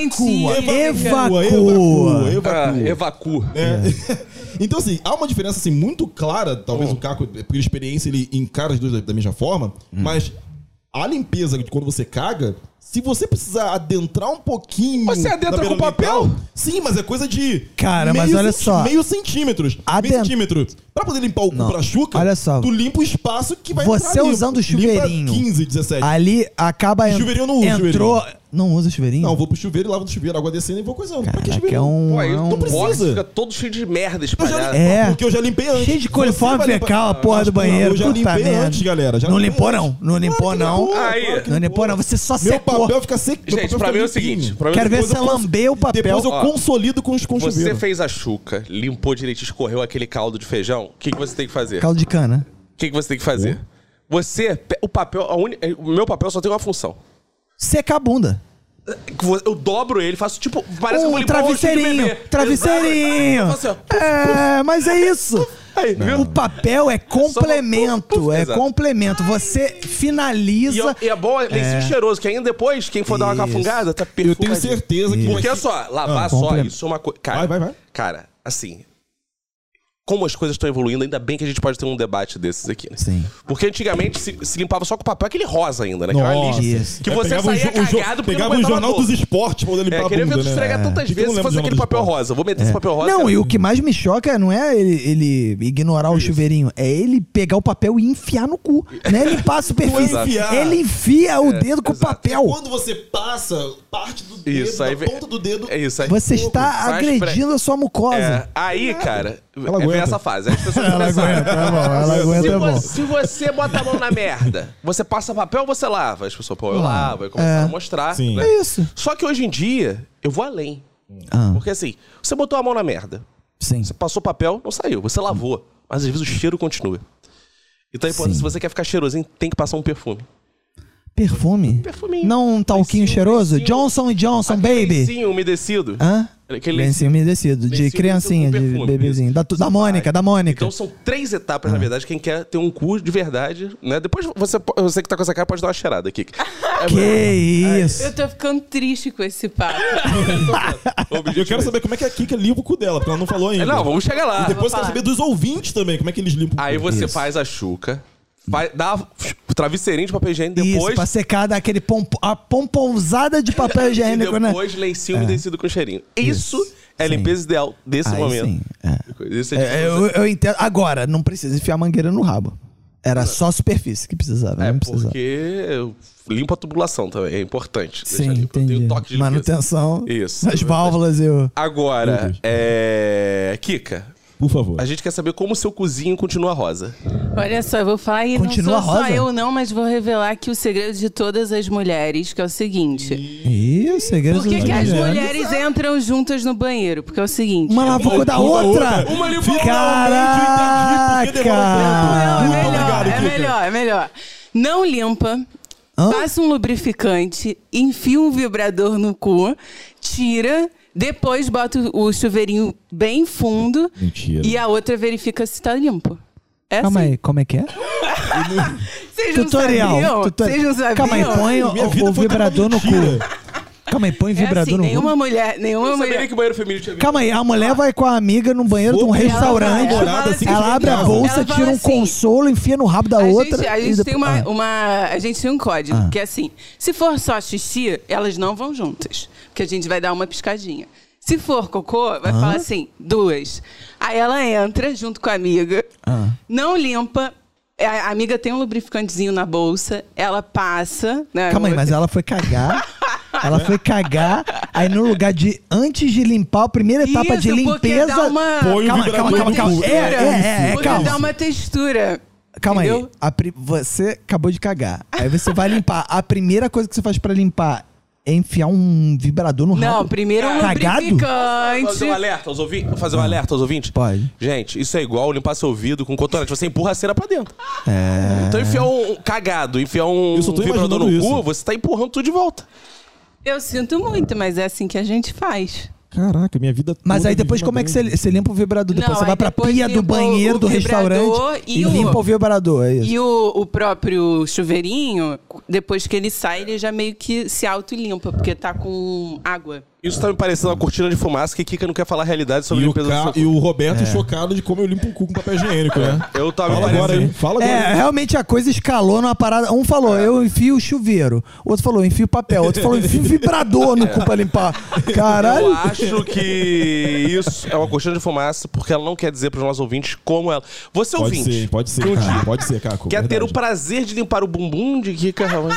S4: científica.
S2: evacua.
S3: evacua,
S1: Ah,
S3: evacua.
S1: evacua.
S2: É,
S3: né? <laughs> então, assim, há uma diferença assim, muito clara,
S2: Oh.
S3: talvez o Caco, por experiência, ele encara as duas da, da mesma forma,
S2: Uhum.
S3: mas a limpeza de quando você caga, se você precisar adentrar um pouquinho.
S1: Você
S3: na
S1: adentra
S3: beira
S1: com
S3: lingual,
S1: papel?
S3: Sim, mas é coisa de.
S2: Cara,
S3: meio
S2: mas olha
S3: centi-
S2: só.
S3: Meio centímetros.
S2: Adent-
S3: Meio centímetro. Pra poder limpar o cu
S2: Não.
S3: pra chuca,
S2: Olha só.
S3: tu limpa o espaço que vai
S2: Você
S3: entrar ali.
S2: usando o
S3: Limpa
S2: chuveirinho.
S3: 15, 17.
S2: Ali acaba en-
S3: Chuveirinho eu não uso,
S2: entrou. Não usa chuveirinho?
S3: Não, vou pro chuveiro, lavo do chuveiro, água descendo e vou coisando. pra que
S2: Caraca,
S3: chuveiro?
S2: é um.
S1: Pô, aí
S2: é
S1: o
S2: um-
S1: box
S3: precisa.
S1: fica todo cheio de merda
S3: Eu já
S1: espalhada.
S3: limpei,
S2: É.
S3: porque eu já limpei antes.
S2: Cheio de
S3: Você
S2: coliforme
S3: vai limpar-
S2: fecal, a porra
S3: Mas,
S2: do banheiro.
S3: Eu já
S2: puta
S3: limpei
S2: merda.
S3: antes, galera. já
S2: Não
S3: limpei
S2: limpou,
S3: antes.
S2: não. Não limpou,
S3: que
S2: não.
S3: limpou,
S1: Aí.
S3: claro que
S2: Não limpou, não. Você só
S3: Meu
S2: secou.
S3: papel fica seco. meu
S1: Gente,
S3: papel
S1: pra mim
S3: fica
S1: é o
S3: limpinho.
S1: seguinte. pra mim-
S2: Quero ver
S3: Depois
S2: você
S3: eu cons-
S2: lamber o papel.
S3: Depois eu
S1: Ó.
S3: consolido com os com o
S1: Você
S3: chuveiro.
S1: fez a chuca, limpou direito, escorreu aquele caldo de feijão. O que, que você tem que fazer?
S2: Caldo de cana.
S1: O que, que você tem que fazer?
S2: Hum?
S1: Você, pe- o papel, a uni- o meu papel só tem uma função.
S2: Seca a bunda.
S1: Que vo- Eu dobro ele, faço tipo, parece que eu vou
S2: Um
S1: limpar o rostinho de
S2: travesseirinho.
S1: bebê. Exato.
S2: Travesseirinho.
S1: Eu faço assim, ó.
S2: É, mas é isso.
S1: Aí, viu?
S2: O papel é
S1: Só
S2: complemento.
S1: no-
S2: É
S1: Exato.
S2: complemento. Você
S1: E,
S2: finaliza.
S1: é- e é bom, é lencinho cheiroso, que ainda depois, quem for dar uma
S2: Isso.
S1: cafungada, tá
S3: Eu
S1: perfumadinho.
S3: tenho certeza que...
S1: Porque olha só, lavar
S2: Ah,
S1: só,
S2: complemento.
S1: isso é uma coisa... Cara,
S3: Vai, vai, vai.
S1: Cara, assim... Como as coisas estão evoluindo, ainda bem que a gente pode ter um debate desses aqui, né?
S2: Sim.
S1: Porque antigamente se, se limpava só com papel, aquele rosa ainda, né? Que era uma
S3: Nossa.
S1: lista. Que
S3: É,
S1: você
S3: pegava o
S1: saía
S3: jo- o jo-
S1: cagado porque
S3: Pegava
S1: não
S3: o
S1: aguentava
S3: Jornal
S1: dor.
S3: dos Esportes pra poder limpar
S1: É,
S3: a
S1: queria ver
S3: bunda,
S1: tu
S3: né?
S1: esfregar
S3: É. Por
S1: tantas
S3: que que eu
S1: vezes
S3: não
S1: se
S3: lembro do
S1: fosse
S3: Jornal
S1: aquele
S3: dos
S1: papel
S3: Esportes?
S1: rosa. Vou meter esse papel rosa.
S2: Não, e o que mais me choca não é ele, ele ignorar o chuveirinho, é ele pegar o papel e enfiar no cu. Não é limpar
S1: <laughs>
S2: a superfície.
S1: Exato.
S2: Ele enfia
S1: É,
S2: o dedo com o papel.
S3: Quando você passa parte do dedo,
S1: Isso, aí
S3: da
S1: vem-
S3: ponta do dedo...
S1: É isso aí.
S2: Você está
S1: Sai,
S2: agredindo a sua
S1: É,
S2: mucosa.
S1: aí, cara, é,
S3: Ela
S1: vem
S3: aguenta. tá
S1: essa fase. Aí as pessoas começam.
S2: é bom, ela
S1: <laughs> Se você, se você bota a mão na merda, você passa papel ou você lava? As pessoas, pô, eu lavo, aí começaram
S2: É.
S1: a mostrar.
S3: Sim.
S1: né?
S2: É isso.
S1: Só que hoje em dia, eu vou além.
S2: Ah,
S1: Porque assim, você botou a mão na merda,
S2: sim.
S1: você passou papel, não saiu, você lavou. Mas às vezes o cheiro continua. Então, a hipótese,
S2: Sim.
S1: se você quer ficar cheirosinho, tem que passar um perfume.
S2: Perfume?
S1: Perfuminho.
S2: Não um talquinho
S1: lencinho,
S2: cheroso?
S1: lencinho.
S2: Johnson Johnson,
S1: Aquele
S2: baby. Ah,
S1: lencinho umedecido.
S2: Hã?
S1: Aquele
S2: lencinho umedecido, de
S1: lencinho
S2: criancinha,
S1: com
S2: de
S1: perfume,
S2: bebezinho. Da, tu- da
S1: São
S2: Mônica,
S1: vários.
S2: da Mônica.
S1: Então são três etapas, na
S2: Ah.
S1: verdade, quem quer ter um cu de verdade, né? Depois você, po- você que tá com essa cara pode dar uma cheirada aqui. É,
S2: <laughs> que
S1: eu
S2: isso?
S4: Eu tô ficando triste com esse papo.
S1: vou pedir
S3: Eu quero
S1: pra-
S3: saber como é que a Kika limpa o cu dela, porque ela não falou ainda.
S1: É, Não, vamos chegar lá.
S3: E depois
S4: Vou
S3: quero
S4: falar.
S3: saber dos ouvintes também, como é que eles limpam o
S1: Aí
S3: cu.
S1: você
S3: Isso.
S1: faz a chuca, faz, dá o travesseirinho de papel higiênico,
S2: Isso,
S1: depois...
S2: pra secar daquele pompo, a pomponzada de
S1: <laughs>
S2: papel
S1: e
S2: higiênico, né?
S1: depois lencinho umedecido com cheirinho. Isso,
S2: Isso.
S1: é a
S2: Sim.
S1: limpeza ideal desse
S2: Aí sim,
S1: momento.
S2: é.
S1: Isso difícil.
S2: É, eu, eu entendo. Agora, não precisa enfiar a mangueira no rabo. Era só a superfície que precisava,
S1: É
S2: não precisava.
S1: porque eu limpo a tubulação também, é importante. deixar
S2: Sim,
S1: limpo. Eu tenho um
S2: entendi.
S1: toque de limpeza.
S2: Manutenção
S1: Isso.
S2: nas válvulas e o...
S3: Meu
S1: Agora,
S3: Deus.
S1: é... Kika,
S3: Por favor.
S1: a gente quer saber como o seu cozinho continua rosa.
S4: Olha só, eu vou falar e
S2: Continua
S4: não sou só
S2: rosa?
S4: eu não, mas vou revelar aqui o segredo de todas as mulheres, que é o seguinte.
S2: Ih, o segredo
S4: Por que,
S2: dos
S4: que as
S2: mulheres.
S4: mulheres entram juntas no banheiro? Porque é o seguinte.
S2: Uma lavou da outra!
S1: Uma ali foi
S4: um tá
S3: Finalmente eu entendi porque demorou
S2: Caraca!
S3: tanto.
S4: Não, é
S3: Muito
S4: melhor,
S3: obrigado,
S4: é
S3: Kika.
S4: melhor, é melhor. Não limpa,
S2: Hã?
S4: passa um lubrificante, enfia um vibrador no cu, tira, depois bota o chuveirinho bem fundo
S3: Mentira.
S4: e a outra verifica se tá limpo. É
S2: Calma
S4: assim.
S2: aí, como é que é?
S4: Vocês não
S2: Tutorial.
S4: sabiam?
S2: tutorial.
S4: Vocês não sabiam?
S2: Calma aí, põe
S3: Minha
S2: o,
S3: vida
S2: o
S3: foi tanta
S2: vibrador no cu.
S3: mentira.
S2: Calma aí, põe o
S4: É
S2: vibrador
S4: assim,
S2: no cu.
S4: nenhuma mulher, nenhuma
S1: Eu sabia nem
S4: mulher.
S1: que banheiro feminino tinha vindo.
S2: Calma aí, a mulher vai com a amiga no banheiro de um
S3: Vou pegar
S2: restaurante.
S3: namorada,
S4: fala
S3: assim,
S2: Ela abre a
S3: Ela
S2: bolsa,
S4: fala
S2: tira um
S4: assim,
S2: consolo, enfia no rabo da
S4: a
S2: outra.
S4: Gente, a
S2: e
S4: gente
S2: depois-
S4: tem uma,
S2: Ah.
S4: uma- A gente tem um código,
S2: Ah.
S4: que é assim: se for só xixi, elas não vão juntas. Porque a gente vai dar uma piscadinha. Se for cocô, vai falar assim, duas. Aí ela entra junto com a amiga,
S2: Ah.
S4: não limpa. A a amiga tem um lubrificantezinho na bolsa, ela passa. Né,
S2: Calma aí,
S4: o-
S2: mas é ela foi cagar. Ela foi cagar, aí no lugar de. Antes de limpar, a primeira etapa de
S4: Isso, porque
S2: limpeza.
S4: dá uma-
S3: Põe
S2: Calma,
S3: o
S2: calma,
S3: vibrador
S2: calma,
S3: no
S2: calma.
S3: cu.
S2: É, é, é, é,
S4: Porque dá
S2: calma.
S4: uma textura.
S2: Calma aí.
S4: entendeu?
S2: A pri- Você acabou de cagar. Aí você vai limpar. A primeira coisa que você faz pra limpar é enfiar um vibrador no rabo.
S4: Não, primeiro é um
S2: Cagado?
S1: Fazer um
S4: lubrificante.
S1: alerta aos ouvintes? Fazer um alerta aos ouvintes?
S2: Ah, Pode.
S1: Gente, isso é igual limpar seu ouvido com cotonete. Você empurra a cera pra dentro. É. Então enfiar um cagado, enfiar um
S3: Eu só tô
S1: vibrador no
S3: imaginando
S1: cu,
S3: isso.
S1: você tá empurrando tudo de volta.
S4: Eu sinto muito, mas é assim que a gente faz.
S3: Caraca, minha vida
S2: Mas
S3: toda
S2: aí depois
S3: eu vivi
S2: como é
S3: uma
S2: que você,
S3: grande-
S2: você limpa o vibrador?
S4: Não,
S2: Depois você
S4: aí
S2: vai pra
S4: depois
S2: pia do
S4: limpa o-
S2: banheiro, do
S4: o vibrador
S2: restaurante
S4: e
S2: e
S4: o-
S2: limpa o vibrador. É isso.
S4: E o, o próprio chuveirinho, depois que ele sai, ele já meio que se auto-limpa, porque tá com água.
S1: Isso tá me parecendo uma cortina de fumaça que Kika não quer falar a realidade sobre
S3: E o,
S1: limpeza do
S3: Ca-
S1: seu cu.
S3: e o
S2: É.
S3: Roberto chocado de como eu limpo o cu com papel higiênico, né?
S1: Eu tava me
S3: Fala agora,
S1: parecendo.
S3: hein? Fala agora.
S2: É, realmente a coisa escalou numa parada. Um falou,
S4: É.
S2: eu enfio o chuveiro. Outro falou, eu enfio papel. Outro falou, eu enfio vibrador no cu pra
S4: <laughs>
S2: limpar.
S1: Eu
S2: Caralho.
S1: acho que isso é uma cortina de fumaça, porque ela não quer dizer pros nossos ouvintes como ela. Você
S3: Pode
S1: ouvinte.
S3: ser, pode ser,
S1: que um
S3: Caco,
S1: dia
S3: pode ser, Caco.
S1: Quer ter o
S3: verdade.
S1: prazer de limpar o bumbum de Kika Hawaii?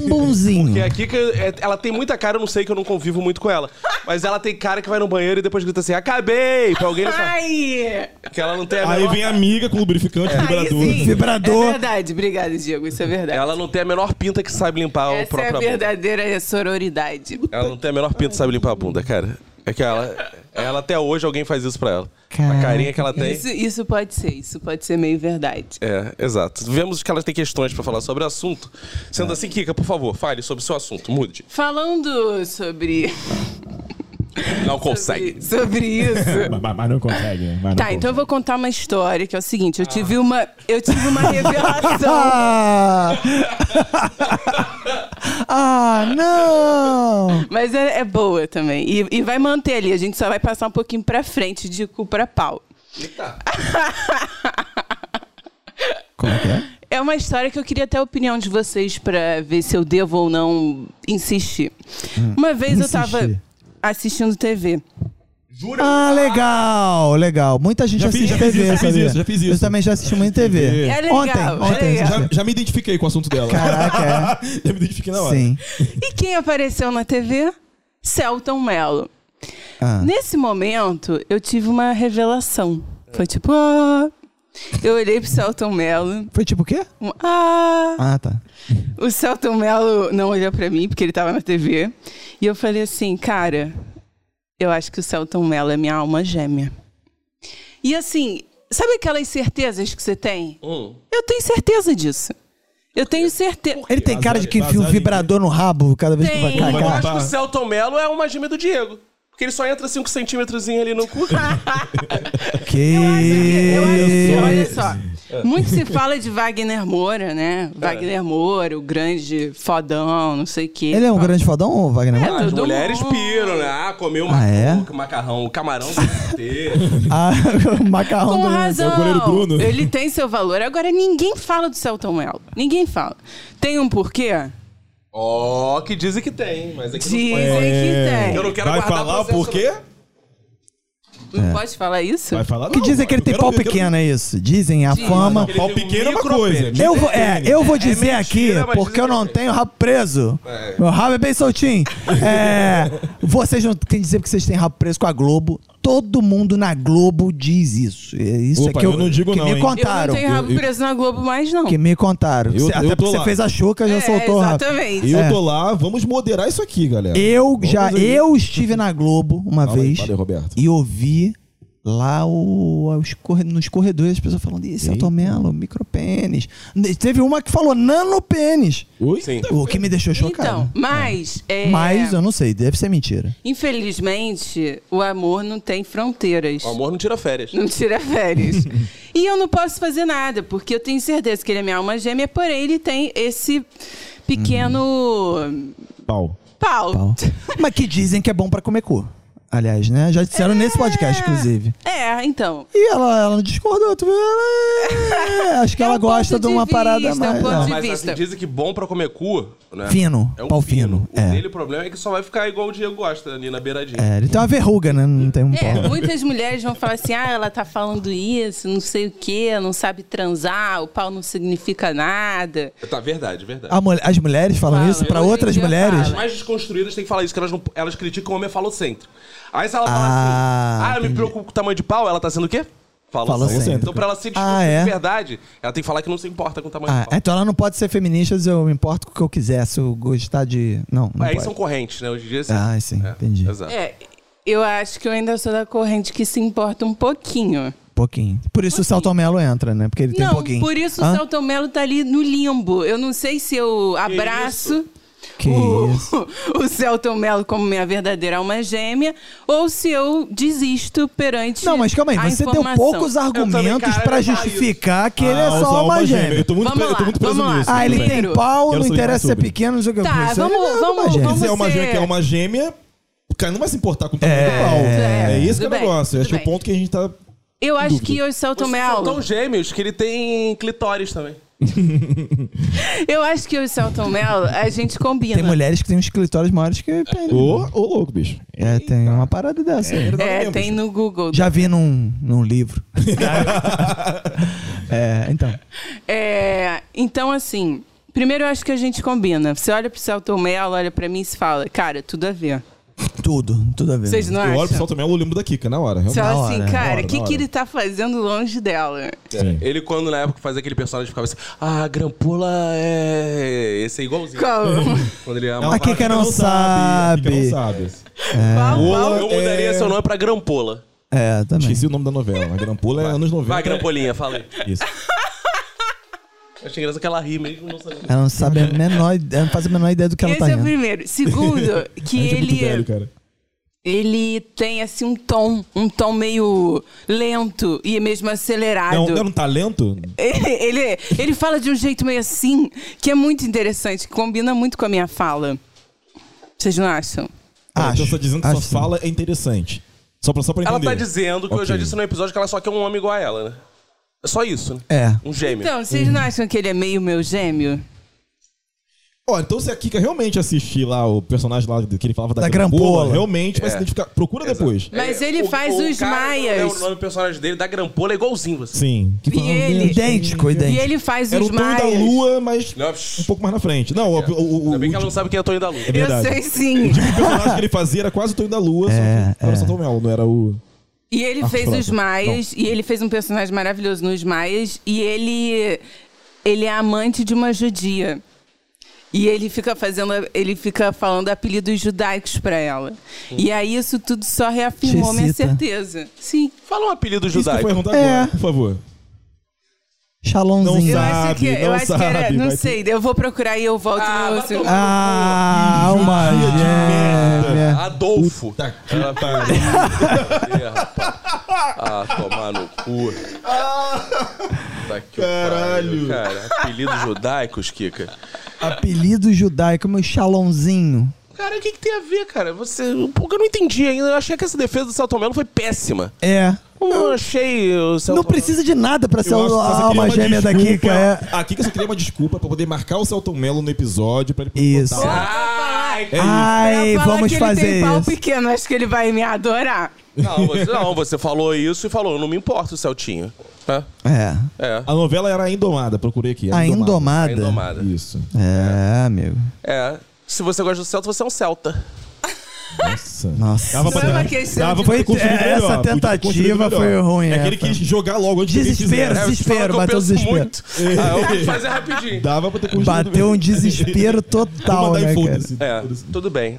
S1: Porque
S2: Bumbumzinho.
S1: a Kika, é- ela tem muita cara, eu não sei que eu não convivo muito com ela. Mas ela tem cara que vai no banheiro e depois grita assim, acabei! Pra alguém ele fala,
S4: Ai!
S1: que ela não tem a
S3: Aí
S2: né?
S1: menor...
S3: vem a amiga com lubrificante,
S2: É.
S3: vibrador.
S4: Aí sim.
S2: Vibrador.
S4: É verdade, obrigada, Diego, isso é verdade.
S1: Ela não tem a menor pinta que sabe limpar o
S4: Essa é
S1: próprio
S4: a verdadeira sororidade.
S1: Ela não tem a menor pinta que sabe limpar a bunda, cara. É que ela... Ela até hoje alguém faz isso pra ela. A
S2: Caraca.
S1: carinha que ela tem...
S4: Isso, isso pode ser, isso pode ser meio verdade.
S1: É, exato. Vemos que ela tem questões pra falar sobre o assunto. Sendo assim, Kika, por favor, fale sobre o seu assunto. Mude.
S4: Falando sobre.
S1: Não consegue.
S4: Sobre, <laughs> sobre isso.
S1: <laughs>
S3: Mas, mas- mas não consegue, né? Mas não
S4: Tá, então eu
S3: consegue.
S4: vou contar uma história, que é o seguinte,
S1: Ah.
S4: eu tive uma, eu
S1: <laughs>
S4: tive uma
S2: Então.
S4: revelação.
S2: <laughs> Ah! ah, não!
S4: Mas é, é boa também. E, e vai manter ali. A gente só vai passar um pouquinho pra frente, de cu pra pau.
S2: Como é que é?
S4: É uma história que eu queria ter a opinião de vocês pra ver se eu devo ou não insistir. Uma vez eu tava
S2: insistir.
S4: assistindo TV.
S2: Ah, legal, legal. Muita gente
S3: Já fiz-
S2: assiste
S3: já fiz
S2: TV,
S3: isso, já fiz
S2: sabia?
S3: isso, já fiz
S2: Eu
S3: isso.
S2: também já assisti muito TV.
S4: É legal,
S2: ontem,
S4: é
S2: ontem.
S4: legal.
S2: assisti.
S3: Já, já me identifiquei com o assunto dela.
S2: Caraca,
S3: <laughs> já me identifiquei
S2: <laughs>
S3: na
S2: é.
S3: hora.
S2: Sim.
S4: E quem apareceu na TV? Celton Mello.
S2: Ah.
S4: Nesse momento, eu tive uma revelação. Foi tipo, ah. Eu olhei pro Celton Mello.
S2: Foi tipo o quê?
S4: um, ah.
S2: Ah, tá.
S4: O Celton Mello não olhou pra mim, porque ele tava na TV. E eu falei assim, cara, eu acho que o Celton Mello é minha alma gêmea. E assim, Sabe aquelas certezas que você tem?
S1: Hum.
S4: Eu tenho certeza disso. Eu tenho <laughs> certeza.
S2: Ele tem cara de que enfia um
S3: Vazar em
S2: vibrador no rabo cada vez que vai
S4: Tem.
S1: Eu
S3: Vai
S2: cagar.
S1: acho
S3: lá.
S1: que o Celton Mello é uma gêmea do Diego. Porque ele só entra 5 centímetros ali no cu.
S2: Que
S4: Eu acho que- Olha só, muito se fala de Wagner Moura, né? Wagner Moura, o grande fodão, não sei o quê.
S2: Ele é um grande fodão, ô, Wagner?
S4: É,
S1: As
S4: Todo
S1: mulheres
S4: mundo.
S1: piram, né? Ah, comeu
S2: Ah, é?
S1: macarrão, macarrão, camarão do ter.
S2: Ah, <laughs> o macarrão
S4: Com
S2: do...
S4: razão.
S3: É o goleiro Bruno.
S4: Ele tem seu valor. Agora, ninguém fala do Celton Mello. Ninguém fala. Tem um porquê?
S1: Ó, que dizem que tem, mas aqui não
S4: Dizem
S1: pode.
S4: que tem.
S1: Eu não quero
S3: É, Vai
S1: guardar
S3: falar o
S1: processo,
S3: porquê?
S4: Não pode falar isso?
S3: Vai falar
S2: Que dizem que ele tem pau pequeno, é isso? Dizem a fama.
S1: Ele
S3: Pau
S1: tem um
S3: pequeno é uma
S1: micro
S3: coisa.
S1: pênis.
S2: Eu vou, é, eu vou dizer
S1: mentira,
S2: aqui,
S1: mas
S2: porque eu
S1: dizem
S2: não
S1: que-
S2: tenho rabo preso.
S1: É.
S2: Meu rabo é bem soltinho. É, vocês não têm que dizer que vocês têm rabo preso com a Globo. Todo mundo na Globo diz isso. É Isso
S3: Opa,
S2: é que eu,
S3: eu não digo
S2: que
S3: não,
S2: me
S3: hein?
S4: Eu
S2: contaram.
S4: não tenho rabo preso na Globo mais, não.
S2: Que me contaram.
S3: Eu-
S2: Cê-
S3: eu
S2: Até
S3: tô
S2: porque você
S3: lá.
S2: fez a chuca, já
S4: É,
S2: soltou o rabo.
S4: exatamente.
S3: Eu
S2: É.
S3: tô lá, vamos moderar isso aqui, galera.
S2: Eu já,
S3: fazer
S2: eu estive na Globo uma
S3: Fala aí,
S2: vez
S3: fala aí, Roberto.
S2: e ouvi lá o, os corre- nos corredores as pessoas falando, esse é o
S3: Eita.
S2: Tomelo, micropênis. Ne- Teve uma que falou nanopênis,
S3: Ui?
S1: Sim.
S2: o que me deixou chocado.
S4: Então, mas. é,
S2: Mas eu não sei, deve ser mentira.
S4: Infelizmente, o amor não tem fronteiras.
S1: O amor não tira férias.
S4: Não tira férias. e eu não posso fazer nada, porque eu tenho certeza que ele é minha alma gêmea, porém ele tem esse pequeno
S3: Pau.
S4: pau. <laughs>
S2: Pau. <laughs> Mas que dizem que é bom pra comer cu. Aliás, né? Já disseram nesse podcast, inclusive.
S4: É, então.
S2: E ela, ela não discordou. tu viu? Ela- Acho que
S4: É um
S2: ela
S4: ponto
S2: gosta de
S4: de
S2: uma
S4: vista, é
S2: parada
S4: um
S2: mais.
S4: ponto
S2: é.
S4: de
S1: Mas
S4: vista.
S1: assim, dizem que bom pra comer cu, né?
S2: Fino,
S1: É um
S2: pau
S1: fino.
S2: fino,
S1: O
S2: é.
S1: dele, o problema é que só vai ficar igual o Diego gosta, ali na beiradinha.
S2: É, ele tem uma verruga, né? Não tem um pau.
S4: É, muitas mulheres vão falar assim: ah, ela tá falando isso, não sei o quê, não sabe transar, o pau não significa nada.
S2: É.
S1: Tá, verdade, verdade.
S2: A mul- as mulheres falam
S4: Falam.
S2: isso pra
S4: Hoje em
S2: outras
S4: dia
S2: mulheres?
S1: As
S4: fala.
S1: mais desconstruídas têm que falar isso, que elas, não, elas criticam o homem falocêntrico. Aí se ela fala
S2: Ah,
S1: assim, ah, eu me
S2: entendi.
S1: preocupo com o tamanho de pau, ela tá sendo o quê?
S2: Falocêntrica.
S1: Então pra ela se desconstruir
S2: Ah, é?
S1: de verdade, ela tem que falar que não se importa com o tamanho
S2: Ah,
S1: de pau.
S2: então ela não pode ser feminista e dizer eu me importo com o que eu quiser, se eu gostar de. Não, não
S1: Aí
S2: pode.
S1: são correntes, né? Hoje em dia, assim.
S2: Ah, sim, entendi.
S1: Exato.
S4: É, eu acho que eu ainda sou da corrente que se importa um pouquinho.
S2: Pouquinho. Por isso o Celton Mello entra, né? Porque ele tem um
S4: assim? não,
S2: pouquinho.
S4: por isso
S2: Hã?
S4: o Celton Mello tá ali no limbo. Eu não sei se eu abraço
S2: Que
S4: o,
S2: isso.
S4: <laughs> o Celton Mello como minha verdadeira alma gêmea ou se eu desisto perante.
S2: Não, mas calma aí,
S4: a
S2: você deu
S4: informação.
S2: poucos
S1: Eu também,
S2: argumentos
S1: cara,
S2: pra
S1: eu ia falar
S2: justificar que ele
S3: Ah,
S2: é
S3: os
S2: só uma
S3: almas
S2: gêmea.
S3: Eu tô muito, pre- eu
S4: Vamos
S3: tô
S4: lá,
S3: muito preso
S4: vamos lá.
S3: nisso.
S2: Ah, ele
S4: Primeiro.
S2: tem pau,
S3: Quero
S2: não
S3: saber mais
S2: interessa ser
S3: sobre.
S2: pequeno, não sei o que. eu
S4: Tá,
S2: Isso é
S4: vamos-
S2: uma
S4: vamos-
S2: gêmea.
S4: vamos-
S3: Se é uma
S4: você-
S3: gêmea que é uma gêmea, cara, não vai se importar com o tamanho
S2: É.
S3: do pau.
S4: É,
S3: É, esse que é o
S4: tudo bem,
S3: negócio. Acho que
S4: tudo
S3: é o ponto que a gente tá.
S4: Eu acho
S3: Dúvida.
S4: que o Celton
S1: Vocês são tão
S4: Mello.
S1: gêmeos que ele tem clitóris também.
S4: Eu acho que eu e o Celton Mello, a gente combina.
S2: Tem mulheres que têm uns escritórios maiores que. né?
S3: Ô, ô louco, bicho.
S2: É, tem uma parada dessa.
S4: É,
S3: mesmo,
S4: tem no Google.
S2: Já vi num, num livro. <laughs> é, então.
S4: É, então, assim, primeiro eu acho que a gente combina. Você olha pro Celton Mello, olha pra mim e se fala, cara, tudo a ver.
S2: Tudo, tudo a ver.
S4: Vocês não
S3: Eu olho pro
S4: acham?
S3: Salto Melo, eu lembro da Kika na hora.
S4: Você
S3: realmente.
S4: fala
S2: Na
S4: assim,
S2: hora,
S4: cara,
S3: na hora,
S4: o
S3: na
S4: que, que
S3: hora. É.
S4: ele tá fazendo longe dela?
S3: Sim.
S1: Ele, quando na época fazia aquele personagem, ficava assim: Ah, Grampola é. Esse é igualzinho.
S4: Como?
S1: Quando ele ama.
S2: A Kika
S3: Kika
S2: não
S3: A Kika não
S2: sabe.
S3: sabe.
S4: <laughs> Qual- qual-
S1: Eu mudaria
S3: é-
S1: seu nome pra Grampola.
S2: É, também.
S3: Esqueci o nome da novela. A Grampola é anos 90.
S1: Vai, Grampolinha, fala aí.
S3: Isso.
S1: Achei engraçado que ela ri mesmo, não sabia.
S2: Ela não sabe a menor, ela não faz a menor ideia do que ela
S4: Esse
S2: tá
S4: é o
S2: rindo.
S4: primeiro.
S3: <laughs>
S4: Segundo, que
S3: A gente é muito
S4: ele,
S3: velho, cara.
S4: ele tem assim um tom, um tom meio lento e mesmo
S3: Não,
S4: acelerado.
S3: era um talento?
S4: Ele, <laughs> ele, ele fala de um jeito meio assim, que é muito interessante, que combina muito com a minha fala. Vocês não acham?
S3: Ah,
S2: Acho,
S3: então só dizendo que
S2: acho
S3: sua fala é interessante. Só pra, só pra
S1: Ela
S3: entender.
S1: tá dizendo que eu já
S3: Ok.
S1: disse no episódio que ela só quer um homem igual a ela, né? É só isso, né?
S2: É.
S1: Um gêmeo.
S4: Então, vocês não acham que ele é meio meu gêmeo?
S3: Ó, então se a Kika realmente assistir lá o personagem lá que ele falava da,
S2: Da
S3: Grampola,
S2: Grampola.
S3: realmente vai
S1: É.
S3: se identificar. Procura
S1: Exato.
S3: depois.
S4: Mas ele faz os maias.
S1: É, O nome do personagem dele, da Grampola, é igualzinho você.
S3: Sim. Que
S4: E ele-
S2: Idêntico,
S4: E
S2: idêntico.
S4: ele faz
S3: Era o
S4: os
S3: Tom da
S4: mais.
S3: Lua, mas
S1: Não, É.
S3: um pouco mais na frente. Não, o, o, o,
S1: Ainda bem
S3: o-
S1: que ela não sabe quem é Tony da Lua.
S3: É
S4: Eu
S3: verdade.
S4: sei sim.
S3: <laughs> o personagem que ele fazia era quase o Tonho da Lua,
S2: É,
S3: só que era
S2: é.
S3: o Santo Melo, não era o...
S4: E ele
S3: Marcos
S4: fez
S3: Frota.
S4: os Maias, e ele fez um personagem maravilhoso nos Maias, e ele, ele é amante de uma judia. E ele fica fazendo, ele fica falando apelidos judaicos pra ela. E aí isso tudo só reafirmou minha
S2: Checita.
S4: certeza. Sim.
S1: Fala um apelido
S3: Isso que eu
S1: judaico.
S3: vou perguntar
S2: É.
S3: agora, por favor.
S2: Shalomzinho.
S4: Eu
S3: Não
S4: acho que,
S3: Sabe,
S4: eu
S3: não
S4: acho que era,
S3: sabe,
S4: não
S3: vai
S4: sei, eu vou procurar e eu volto
S1: Ah,
S4: no
S1: vai
S4: segundo.
S2: Ah, uma
S3: Judia de merda.
S2: gêmea.
S1: Adolfo.
S3: Tá que
S1: Ela-
S3: pariu.
S1: Ih, rapaz. Ah, tomar no cu. Ah. Tá que o
S3: Caralho.
S1: pariu, Cara, apelidos judaicos, Kika.
S2: Apelido judaico, meu Shalomzinho.
S1: Cara, o que, que tem a ver, cara? Você. um pouco eu não entendi ainda. Eu achei que essa defesa do Celto Melo foi péssima.
S2: É.
S1: Eu não achei o Celto
S2: Então, Não precisa de nada pra ser a
S3: Eu acho que você queria
S2: alma gêmea da
S3: desculpa-
S2: Kika. É.
S3: A Kika só queria uma desculpa pra poder marcar o Celton Mello no episódio pra ele poder
S2: Isso.
S3: botar.
S1: Ai,
S3: É
S2: Ai,
S4: Pra falar
S2: vamos
S4: que ele tem
S2: fazer
S4: pau
S2: isso.
S4: pequeno, acho que ele vai me adorar.
S1: Não você, não, você falou isso e falou, não me importa o Celtinho. É.
S2: É.
S1: É.
S3: A novela era A Indomada, procurei aqui.
S2: A
S1: É
S2: indomada.
S1: indomada.
S3: Isso.
S2: É, amigo.
S1: É. Se você gosta do Celta, você é um Celta.
S3: Nossa.
S2: Nossa.
S3: Dava pra
S4: Não é uma
S3: ter-
S4: questão
S3: dava
S4: de-
S3: pra
S2: Foi-
S3: ter construído
S2: é,
S3: melhor,
S2: essa
S3: podia ter
S2: tentativa
S3: construído melhor.
S2: foi ruim,
S3: É que ele
S2: essa.
S3: quis jogar logo antes
S2: Desespero,
S3: que ele
S1: É, eu te
S2: desespero,
S1: falo que eu
S2: bateu
S1: penso
S2: desespero.
S1: muito. Ah, eu vou fazer rapidinho.
S3: Dava pra ter construído
S2: Bateu um desespero total,
S3: Vou mandar
S2: né,
S3: e
S2: cara?
S3: foda-se.
S1: É,
S3: Foda-se.
S1: tudo bem.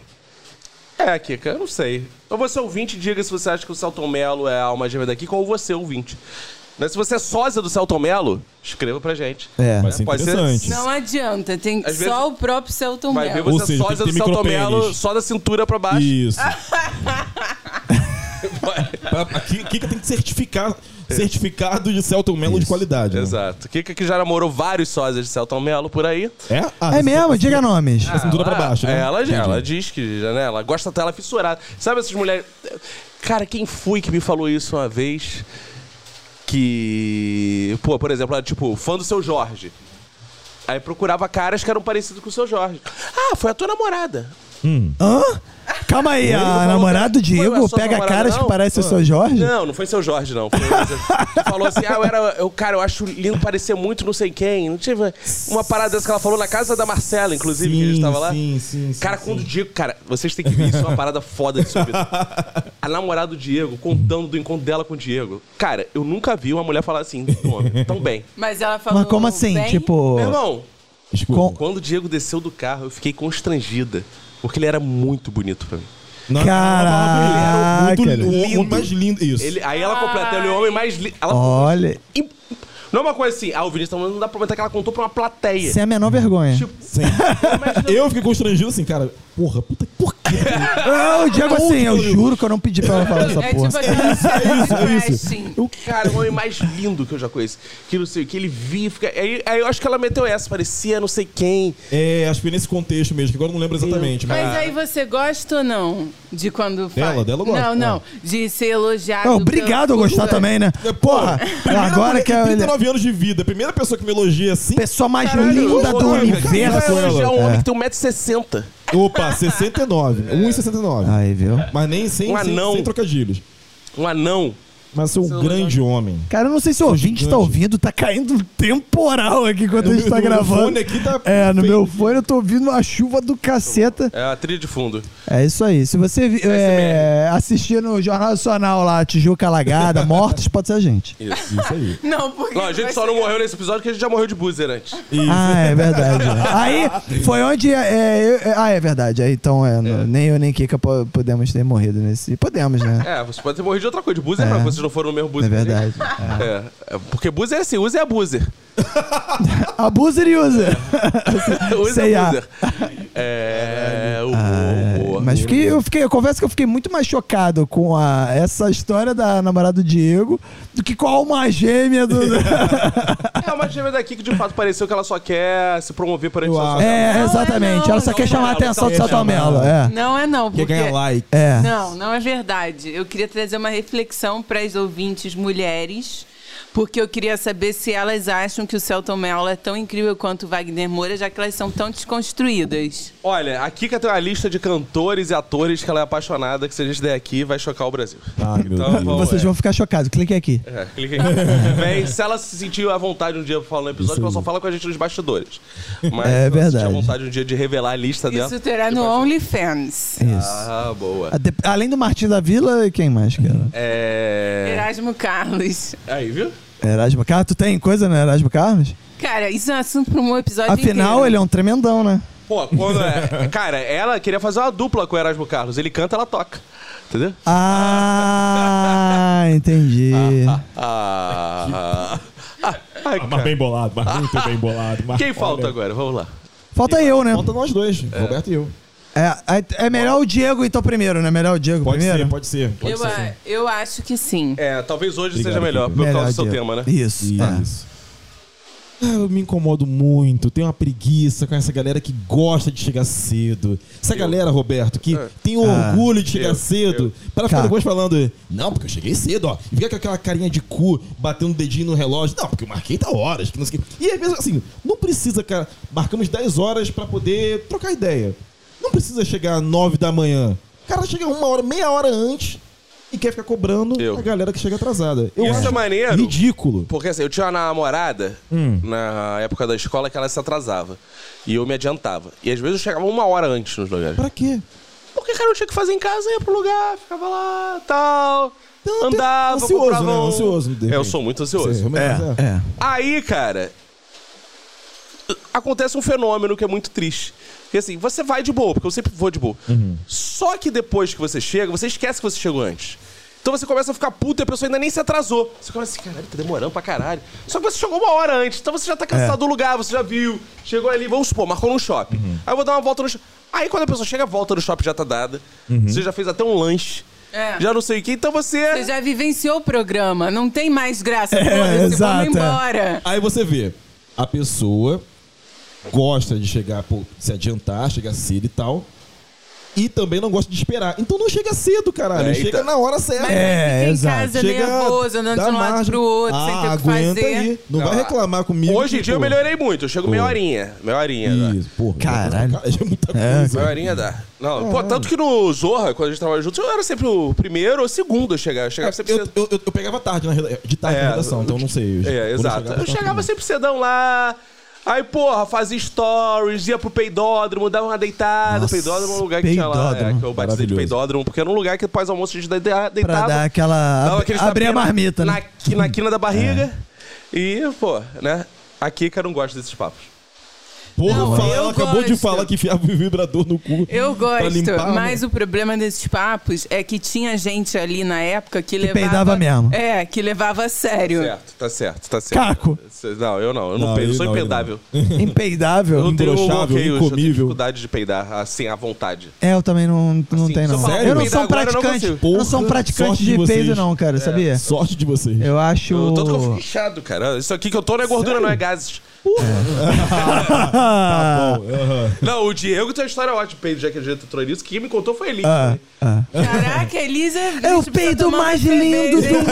S1: É, Kika, eu não sei. Ou você ouvinte, diga se você acha que o Celton Mello é a alma gêmea daqui, ou você ouvinte. Mas se você é sósia do Celton Mello, escreva pra gente.
S2: É.
S3: Vai ser
S1: Pode ser-
S3: interessante.
S4: Não adianta, tem
S1: Às
S4: só
S1: vezes-
S4: o próprio Celton
S1: Vai ver
S4: Mello.
S1: você é
S3: Ou seja,
S1: sósia
S3: tem
S1: do
S3: que ter
S1: Celton
S3: micropênis.
S1: Mello, só da cintura pra baixo.
S3: Isso. Pra- Aqui, aqui que tem que certificar certificado de Celton Mello de qualidade.
S1: <laughs>
S3: né?
S1: Exato. Kika que já namorou vários sósias de Celton Mello por aí.
S3: É? Ah,
S2: É mesmo? Diga nomes.
S3: Da cintura pra baixo, né?
S1: Ela,
S3: Entendi.
S1: ela diz que já, né? Ela gosta até ela fissurada. Sabe essas mulheres. Cara, quem foi que me falou isso uma vez? Que. Pô, por exemplo, ela, tipo, fã do seu Jorge. Aí procurava caras que eram parecidos com o seu Jorge. Ah, foi a tua namorada.
S2: Hã? Calma aí, a namorada do
S1: Foi, não é
S2: Diego
S1: só
S2: pega
S1: namorada,
S2: caras
S1: não?
S2: que parecem o seu Jorge?
S1: Não, não foi seu Jorge, não. Foi você. falou assim: ah, eu era. Eu, cara, eu acho lindo parecer muito não sei quem. Não tive uma parada dessa que ela falou na casa da Marcela, inclusive, que a gente tava lá.
S3: Sim, sim, sim.
S1: Cara,
S3: sim.
S1: quando o Diego. Cara, vocês têm que ver isso, é uma parada foda de sua vida. A namorada do Diego contando do encontro dela com o Diego. Cara, eu nunca vi uma mulher falar assim do homem. Tão bem.
S4: Mas ela falou.
S2: Mas como assim?
S4: bem?
S2: Tipo.
S1: Meu irmão,
S3: Desculpa.
S2: Com-
S1: quando o Diego desceu do carro, eu fiquei constrangida. Porque ele era muito bonito pra mim.
S3: Não,
S2: Caraca.
S3: ele era muito lindo, o homem mais lindo. Isso.
S1: Ele, aí ela completa, ele é o homem mais. Li... Ela...
S2: Olha,
S1: E- Não é uma coisa assim, ah, o Vinícius tá falando, não dá pra comentar que ela contou pra uma plateia.
S2: sem a menor vergonha.
S1: Tipo, <laughs>
S3: Sim. Eu fiquei constrangido assim, cara. Porra, puta, por quê?
S2: Ah, o Diego assim, eu
S3: Deus.
S2: juro que eu não pedi pra ela falar essa
S4: É
S2: porra.
S4: tipo
S2: <laughs>
S4: aquela
S2: é
S4: série de
S2: Uh,
S4: Westing.
S1: Cara, o homem mais lindo que eu já conheci. Que não sei o que, ele via. Fica... Aí, aí eu acho que ela meteu essa, parecia não sei quem.
S3: É, acho que foi nesse contexto mesmo, que agora eu não lembro exatamente. Mas... é
S4: Mas aí você gosta ou não de quando
S3: Dela?
S4: fala?
S3: Dela eu gosto.
S4: Não, não.
S3: Ah.
S4: De ser elogiado.
S2: é. Não, Ah, obrigado a
S4: pelo-
S2: gostar também, né?
S3: É, Porra, primeira
S2: agora
S3: mulher
S2: que
S3: com
S2: eu-
S3: 39 anos de vida, primeira pessoa que me elogia assim.
S2: Pessoa mais
S1: Caralho,
S2: linda
S1: o
S2: do
S1: homem-
S2: universo.
S1: Cara, ela é um
S2: É.
S1: homem que tem 1,60m.
S3: Opa, 69. 1,69.
S2: Aí, viu?
S3: Mas nem sem,
S1: Um
S3: sem,
S1: anão.
S3: sem trocadilhos.
S1: Um anão.
S3: Mas sou um grande homem.
S2: Cara, eu não sei se o ouvinte tá ouvindo, tá caindo um temporal aqui enquanto a gente tá
S3: No meu
S2: gravando.
S3: fone aqui tá
S2: É, no
S3: feio.
S2: meu fone eu tô ouvindo uma chuva do caceta.
S1: É a trilha de fundo.
S2: É isso aí. Se você vi- é, assistir no Jornal Nacional lá, Tijuca Alagada, Mortos, pode ser a gente.
S1: <laughs>
S3: Isso aí.
S4: Não, porque.
S1: Não, a gente só não morreu nesse episódio porque a gente já morreu de boozer antes.
S3: Isso.
S2: <laughs> Ah, é verdade. Aí foi onde. é, eu- é, ah, é verdade. Aí, então, é, no- nem eu nem Kika po- podemos ter morrido nesse. Podemos, né?
S1: É, você pode ter morrido de outra coisa. De boozer,
S2: É.
S1: mas vocês não foram no mesmo
S2: É
S1: boozer.
S2: verdade.
S1: É. É, Porque boozer é assim, usa e
S2: <laughs>
S1: abuser.
S2: Abuser e É. user.
S1: usa
S2: Sei
S1: e
S2: a.
S1: abuser. É. o
S2: É, mas fiquei, eu fiquei, eu confesso que eu fiquei muito mais chocado com a, essa história da namorada do Diego do que com a alma gêmea do.
S1: É uma gêmea daqui que de fato pareceu que ela só quer se promover perante
S3: Eu
S1: a
S3: acho.
S1: sociedade.
S2: <laughs> é,
S4: não,
S2: exatamente.
S4: não,
S2: Ela só
S4: não,
S2: quer
S1: não,
S2: chamar a
S1: não,
S2: atenção do
S1: não,
S2: Celton
S3: não.
S2: Mello. É.
S4: Não é não,
S3: Quer
S4: porque.
S3: ganhar like.
S2: É.
S4: Não, não é verdade. Eu queria trazer uma reflexão para as ouvintes mulheres, porque eu queria saber se elas acham que o Celton Mello é tão incrível quanto o Wagner Moura, já que elas são tão desconstruídas.
S1: Olha, a Kika tem uma lista de cantores e atores que ela é apaixonada, que se a gente der aqui, vai chocar o Brasil.
S3: Ah, meu
S1: Então,
S3: Deus.
S1: vamos-
S2: Vocês vão ficar chocados. Clique aqui.
S1: É, clica aí. Bem, se ela se sentiu à vontade um dia pra falar no episódio,
S3: Isso
S1: ela só
S3: aí.
S1: fala com a gente nos bastidores. Mas se ela
S2: É verdade.
S1: sentir à vontade um dia de revelar a lista dela.
S4: Isso terá no
S2: é.
S4: OnlyFans.
S2: Isso.
S1: Ah, boa.
S2: A de- Além do Martim da Vila, quem mais, cara?
S1: É.
S4: Erasmo Carlos.
S1: Aí, viu?
S2: É Erasmo Carlos, tu tem coisa no Erasmo Carlos?
S4: Cara, isso é um assunto para um episódio
S2: Afinal,
S4: inteiro.
S2: ele é um tremendão, né?
S1: Pô, quando é. Cara, ela queria fazer uma dupla com o Erasmo Carlos. Ele canta, ela toca. Entendeu?
S2: Ah, <laughs> entendi.
S1: Ah. ah, ai,
S5: Mas
S1: cara.
S5: bem bolado, mas muito bem bolado. mas
S1: Quem
S5: olha-
S1: falta agora? Vamos lá.
S2: Falta eu, né?
S3: Falta nós dois, Roberto e eu.
S2: É, é- é melhor o Diego então primeiro, né? Melhor o Diego
S3: Pode
S2: primeiro.
S3: ser, pode ser. um Pode
S4: Eu,
S3: ser.
S4: a- eu acho que sim.
S1: É, talvez hoje
S5: Obrigado,
S1: seja melhor, por
S2: melhor
S1: causa do seu
S2: Diego.
S1: tema, né?
S2: Isso. é.
S3: Isso. tá. Ah, eu me incomodo muito, tenho uma preguiça com essa galera que gosta de chegar cedo. Essa galera, Roberto, que tem orgulho de chegar
S1: Ah. Eu,
S3: cedo. Para
S2: Cara.
S3: ficar depois falando, não, porque eu cheguei cedo, ó. E fica com aquela carinha de cu, batendo o dedinho no relógio. Não, porque eu marquei tá horas, que não sei o quê. E às vezes, assim, não precisa, cara, marcamos 10 horas pra poder trocar ideia. Não precisa chegar às 9 da manhã. O cara chega uma hora, meia hora antes e quer ficar cobrando
S1: Eu.
S3: a galera que chega atrasada. Eu
S1: Isso é maneiro.
S3: ridículo.
S1: Porque assim, eu tinha uma namorada na época da escola que ela se atrasava. E eu me adiantava. E às vezes eu chegava uma hora antes nos lugares.
S3: Pra quê?
S1: Porque, cara, eu tinha que fazer em casa, ia pro lugar, ficava lá, tal.
S3: Então, até
S1: andava,
S3: ansioso,
S1: comprava
S3: né?
S1: um-
S3: Ansioso, de
S1: É, eu
S3: repente.
S1: sou muito ansioso.
S3: realmente,
S2: É, é.
S1: Aí, cara, acontece um fenômeno que é muito triste. Porque assim, você vai de boa, porque eu sempre vou de boa. Só que depois que você chega, você esquece que você chegou antes. Então você começa a ficar puto e a pessoa ainda nem se atrasou. Você começa assim, caralho, tá demorando pra caralho. Só que você chegou uma hora antes, então você já tá cansado do lugar, você já viu. Chegou ali, vamos supor, marcou num shopping. Aí eu vou dar uma volta no shopping. Aí quando a pessoa chega, a volta no shopping já tá dada. Você já fez até um lanche.
S4: É.
S1: Já não sei o que, então
S4: Você já vivenciou o programa, não tem mais graça.
S2: É,
S4: foda-se,
S2: exato, é.
S4: Vamos embora.
S3: Aí você vê, a pessoa gosta de chegar, pô, se adiantar, chegar cedo e tal. E também não gosta de esperar. Então não chega cedo, caralho.
S1: É,
S3: chega
S1: então-
S3: na hora
S4: Mas
S3: certa.
S2: É,
S4: aí fica em
S2: exato.
S4: casa
S3: Chega,
S4: nervoso, andando de
S3: dá
S4: um lado
S3: margem.
S4: pro outro, sem ter
S3: ah,
S4: o que fazer.
S3: aguenta aí. Não
S1: Ah.
S3: vai reclamar comigo.
S1: Hoje em
S3: que,
S1: dia eu
S3: pô,
S1: melhorei muito. Eu chego meia
S3: Pô.
S1: horinha. Meia horinha. dá.
S3: Isso, porra.
S2: Caralho.
S3: Cara, já é muita
S2: É,
S3: coisa.
S1: Meia horinha dá. Não, pô, tanto que no Zorra, quando a gente trabalha junto, eu era sempre o primeiro ou segundo a chegar. Eu chegava sempre
S3: É, Eu,
S1: cedo.
S3: eu, eu- eu pegava tarde na reda- de tarde
S1: É,
S3: na redação, então eu não sei. Eu-
S1: É,
S3: quando
S1: exato. Eu chegava sempre cedão lá. Aí, porra, fazia stories, ia pro peidódromo, dava uma deitada.
S2: Nossa,
S1: peidódromo é um lugar que tinha lá. É,
S2: peidódromo.
S1: que eu batizei de
S3: Maravilhoso.
S1: peidódromo, porque era um lugar que depois do almoço a gente deitava.
S2: Pra dar aquela.
S1: Dava
S2: Ab...
S1: aquele
S2: Abrir a
S1: tapinha na-
S2: marmita,
S1: na,
S2: né?
S1: qui- na quina da barriga. E, pô, né? A Kika não gosta desses papos.
S3: Porra,
S4: Não,
S3: fala-
S4: eu
S3: ela acabou de
S4: gosto.
S3: falar que enfiava o <laughs> vibrador no cu.
S4: Eu
S3: pra
S4: gosto,
S3: limpar,
S4: mas
S3: né?
S4: o problema desses papos é que tinha gente ali na época que, levava.
S2: peidava mesmo.
S4: É, que levava a sério.
S1: Certo, tá certo, tá certo.
S2: Caco.
S1: Cê- Não, eu não. Eu não,
S3: Não,
S1: peido, eu
S3: ele
S1: sou
S3: não, ele
S1: impendável.
S2: Impeidável.
S1: Eu não tenho
S3: Imbrochável,
S1: bloqueio, eu tenho
S3: incomível.
S1: dificuldade de peidar, assim, à vontade.
S2: É, eu também não, não
S1: Assim,
S2: tenho,
S1: se eu
S2: não.
S1: falar
S2: eu não
S1: peidar
S2: sou um
S1: agora, eu não
S2: praticante. Eu
S1: consigo.
S2: não, sou um
S3: Porra,
S2: praticante
S3: sorte
S2: de
S3: de vocês.
S2: peido, não, cara, sabia?
S3: <laughs> Sorte de vocês.
S2: Eu acho.
S1: É. Eu tô todo inchado, cara. Isso aqui que eu tô não é gordura, não é gases.
S2: Ah,
S1: Não, o Diego tem uma história ótima, peido, já que a gente entrou nisso. Quem me contou foi né? ele.
S2: ah, ah.
S4: Caraca, Elisa.
S2: É o
S4: bicho, precisa
S2: peido
S4: tomar
S2: mais
S4: um
S2: lindo
S4: sorvete,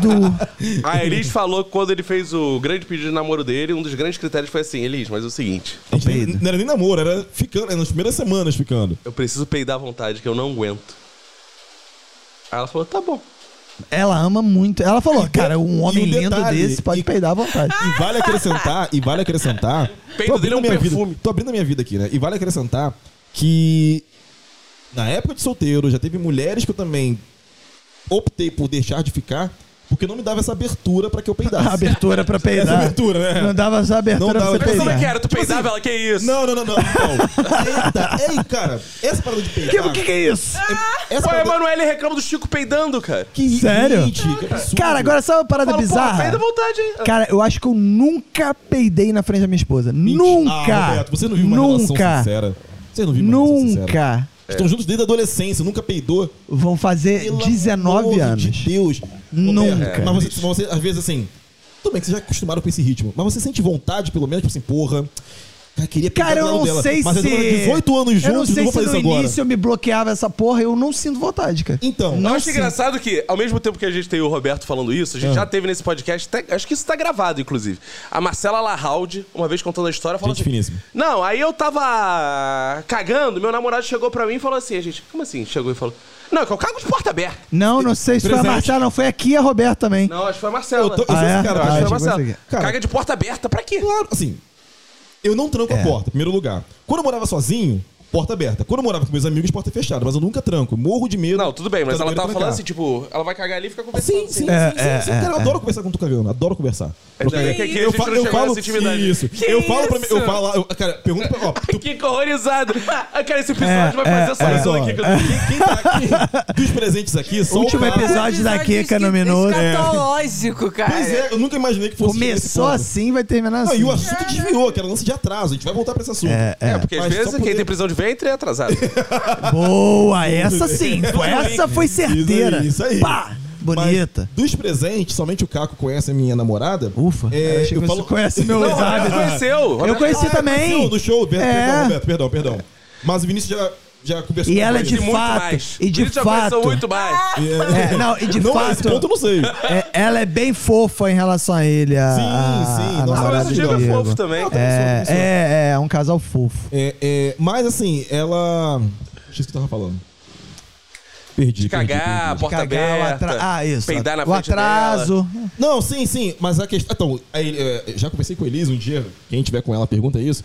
S2: do
S4: hein?
S2: mundo.
S1: A Elis falou que quando ele fez o grande pedido de namoro dele, um dos grandes critérios foi assim, Elis, mas é o seguinte,
S3: A gente nem- Não era nem namoro, era ficando, era nas primeiras semanas ficando.
S1: eu preciso peidar à vontade, que eu não aguento. Aí ela falou, tá bom.
S2: <laughs> Ela ama muito. Ela
S3: <laughs>
S2: falou, cara, um homem
S3: e um
S2: lindo
S3: detalhe,
S2: desse pode
S3: e- Ah,
S2: peidar à vontade.
S3: E vale acrescentar, e
S1: <laughs>
S3: vale acrescentar.
S1: Peido
S3: tô abrindo
S1: dele é um
S3: minha vida-
S1: perfume.
S3: tô abrindo a minha vida aqui, né? E vale acrescentar que na época de solteiro já teve mulheres que eu também optei por deixar de ficar porque não me dava essa
S2: <laughs>
S3: abertura pra que eu
S2: A
S3: peidasse.
S2: abertura pra peidar.
S3: Essa abertura, né?
S2: Não dava essa abertura
S3: Não
S2: pra
S3: dava-
S2: você
S3: Mas
S1: Como é
S2: peidar. Tipo assim,
S1: que era? Tu peidava? Ela, que isso?
S3: Não, não,
S2: <laughs>
S3: não, não. não. Eita, ei, cara, essa parada de peidar.
S2: O que, que é isso?
S3: essa
S1: Pô, a
S3: parada
S1: Emanuele reclama do Chico peidando, cara.
S3: que
S2: Sério?
S3: irrite, que absurdo.
S2: Cara, agora sabe uma parada
S1: Fala, pô,
S2: bizarra?
S1: peida à vontade, hein?
S2: Cara, eu acho que eu nunca peidei na frente da minha esposa. Nunca!
S3: Ah, Roberto, você não viu uma relação
S2: nunca!
S3: sincera. Você não viu uma relação sincera.
S2: Nunca!
S3: Estão juntos desde a adolescência, nunca peidou.
S2: Vão fazer
S3: Pelo
S2: 19
S3: amor
S2: anos.
S3: De Deus.
S2: Nunca.
S3: Roberto, Mas você, mas você, às vezes, assim. Tudo bem que vocês já acostumaram com esse ritmo. Mas você sente vontade, pelo menos, tipo assim, porra. Cara, queria pegar
S2: Cara,
S3: do
S2: eu
S3: lado
S2: não
S3: dela.
S2: sei
S3: mas
S2: se.
S3: agora, 18 anos
S2: eu não
S3: juntos,
S2: sei
S3: não, vou
S2: se
S3: fazer
S2: no
S3: isso agora.
S2: início eu me bloqueava essa porra, eu não sinto vontade, cara.
S3: Então,
S1: Eu
S2: não
S1: acho
S2: sinto.
S1: engraçado que, ao mesmo tempo que a gente tem o Roberto falando isso, a gente já teve nesse podcast, até- acho que isso tá gravado, inclusive. A Marcela Larraud, uma vez contando a história, falou
S3: Gente
S1: assim...
S3: finíssima.
S1: Não, aí eu tava cagando, meu namorado chegou pra mim e falou assim, a gente, como assim? Chegou e falou... Não, é que eu cago de porta aberta.
S2: Não, não sei se foi a
S3: Presente.
S2: Marcela, não. Foi aqui a Roberta também.
S1: Não, acho que foi a Marcela.
S3: Eu tô- eu sou
S1: acho
S2: Ah,
S3: esse
S2: é?
S3: cara,
S2: Ah,
S1: que
S3: acho
S1: foi a
S2: chegou
S1: Marcela.
S2: essa aqui.
S3: Cara-
S1: Caga de porta aberta, pra quê?
S3: Claro, assim. Eu não tranco
S2: É.
S3: a porta, em primeiro lugar. Quando eu morava sozinho, porta aberta. Quando eu morava com meus amigos, porta é fechada, mas eu nunca tranco. Morro de medo.
S1: Não, tudo bem, mas
S3: Quero
S1: ela
S3: ver
S1: tava
S3: trancar.
S1: falando assim, tipo, ela vai cagar ali e fica conversando. assim.
S3: Sim, sim, sim,
S2: É,
S3: sim,
S2: é,
S3: sim.
S2: é,
S3: Cara, eu
S2: é.
S3: adoro conversar com o Tucavelo, adoro conversar.
S1: Então,
S4: que
S1: é que aqui a
S4: Eu
S1: gente não chegou nessa intimidade.
S3: isso. eu falo pra mim, eu
S1: isso?
S3: falo lá, eu- cara, pergunta pra,
S1: <laughs>
S3: ó, <laughs> tu-
S1: Que horrorizado. Ah, Cara, esse
S2: É,
S1: episódio vai fazer
S2: é,
S1: essa
S2: é.
S1: visão aqui. que eu-
S3: quem, quem tá aqui dos presentes aqui, só
S2: Último
S3: o Pablo-
S2: episódio. da Kika
S4: esca-
S2: nominou, né?
S4: Escatológico, cara.
S3: Pois é, eu nunca imaginei que fosse chegar nesse
S2: Começou
S3: ponto.
S2: assim, vai terminar
S3: Não,
S2: assim.
S3: e o assunto desviou, que era lance de atraso. A gente vai voltar pra esse assunto.
S2: É, é.
S1: Porque às
S3: Mas só
S1: vezes quem
S3: poder-
S1: tem prisão de ventre é atrasado.
S2: Boa, essa sim. Essa foi certeira.
S3: Isso aí, isso aí.
S2: Pá, bonita.
S3: Mas dos presentes, somente o Caco conhece a minha namorada.
S2: Ufa, eu
S3: é,
S2: achei
S3: eu
S2: que
S3: falo... Ah,
S2: você conhece
S3: <laughs>
S2: meus
S1: Não, é ela
S2: hábitos.
S1: conheceu.
S2: Eu conheci também.
S3: Não, é do show, per-
S2: É.
S3: perdão, Roberto, perdão, perdão. Mas o Vinícius já, já conversou
S2: E
S3: com
S2: ela é
S3: ele.
S2: de
S1: muito
S2: fato,
S1: mais.
S2: e de
S1: Ele já conheceu
S2: fato.
S1: muito mais.
S2: É, não, e de
S3: não, esse
S2: fato,
S3: ponto eu não sei.
S2: é- ela é bem fofa em relação a ele. A, a-
S3: Sim, sim,
S2: a
S3: nossa,
S1: Ah,
S2: namorada
S1: mas o
S2: do
S1: Diego é
S2: Diego.
S1: fofo também.
S3: né?
S2: É, é, é, é um casal fofo.
S3: É, é, mas assim, ela. Deixa eu que eu tava falando. Perdi. perdi,
S1: Cagar,
S3: perdi.
S1: Ah, porta
S2: Cagar, o
S1: aberta.
S2: atra- Ah, isso.
S1: Peidar na
S2: o
S1: frente assim, dela.
S2: atraso.
S3: Não, sim, sim, mas a questão. Então, aí, é, já conversei com a Elisa um dia. Quem tiver com ela, pergunta isso.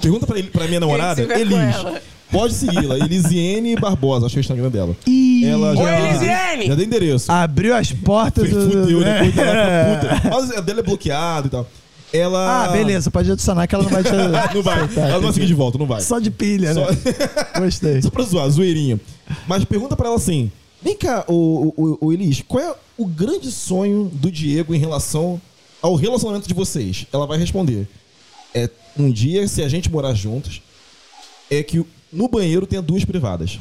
S3: Pergunta pra, ele- pra minha namorada,
S4: tiver com
S3: Elis.
S4: ela.
S3: Pode segui-la, Elisiene Barbosa, acho que é o Instagram dela.
S2: Ih,
S3: Ela já,
S1: Oi, Elisiene!
S3: já deu endereço.
S2: abriu as portas do.
S3: Fudeu, né?
S2: né?
S3: Coitada, ela fica puta. Mas a dela é bloqueada e tal. Ela.
S2: <laughs> Ah, beleza, pode adicionar que ela não vai te.
S3: <laughs> Não vai, ela não vai seguir de volta, não vai.
S2: Só de pilha,
S3: Só- <laughs>
S2: né? Gostei.
S3: Só pra zoar, zoeirinha. Mas pergunta pra ela assim: vem cá, o, o, Elis, qual é o grande sonho do Diego em relação ao relacionamento de vocês? Ela vai responder: é um dia, se a gente morar juntos, é que no banheiro tenha duas privadas.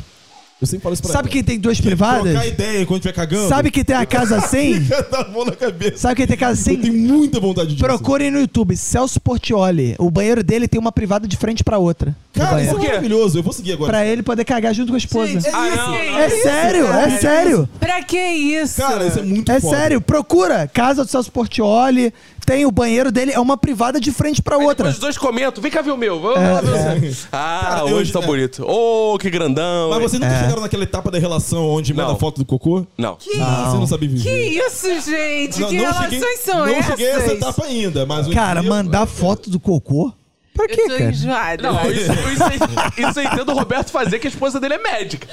S3: Eu sempre falo isso pra
S2: Sabe
S3: ela.
S2: quem tem duas
S3: Trocar
S2: privadas?
S3: ideia quando estiver cagando.
S2: Sabe quem tem a casa
S3: <laughs>
S2: sem?
S3: Dá a mão tá na cabeça.
S2: Sabe quem tem casa
S3: Eu tenho
S2: sem?
S3: muita vontade disso.
S2: Procurem no YouTube, Celso Portioli. O banheiro dele tem uma privada de frente pra outra. no
S3: Cara, isso é
S2: banheiro.
S1: Por quê?
S3: maravilhoso. Eu vou seguir agora.
S2: Pra ele poder cagar junto com a esposa.
S4: Gente,
S1: Ah,
S4: isso,
S1: não,
S4: que
S1: não.
S2: é
S4: isso,
S2: sério,
S4: cara?
S2: é sério.
S4: Pra que isso?
S3: Cara, isso é muito
S2: É
S3: foda. <laughs>
S2: sério, procura. Casa do Celso Portioli. Tem o banheiro dele, é uma privada de frente pra
S1: Aí
S2: outra. É,
S1: Depois os dois comentam. Vem cá ver o meu. Vamos lá
S3: é
S1: ver o seu. Ah,
S3: Cara, eu-
S1: hoje tá
S3: é.
S1: bonito. Ô, que grandão.
S3: Mas
S1: hein?
S3: vocês nunca
S2: É.
S3: chegaram naquela etapa da relação onde manda
S1: Não.
S3: foto do cocô?
S1: Não.
S3: Ah, você não sabe viver.
S4: Que isso, gente? que relações
S3: cheguei,
S4: são
S3: não
S4: essas?
S3: cheguei a essa etapa ainda, mas um
S2: Cara,
S3: dia-
S2: mandar foto do cocô? Pra quê,
S4: Eu tô
S2: cara?
S4: enjoada.
S1: Não, isso, isso, isso eu entendo o Roberto fazer que a esposa dele é médica.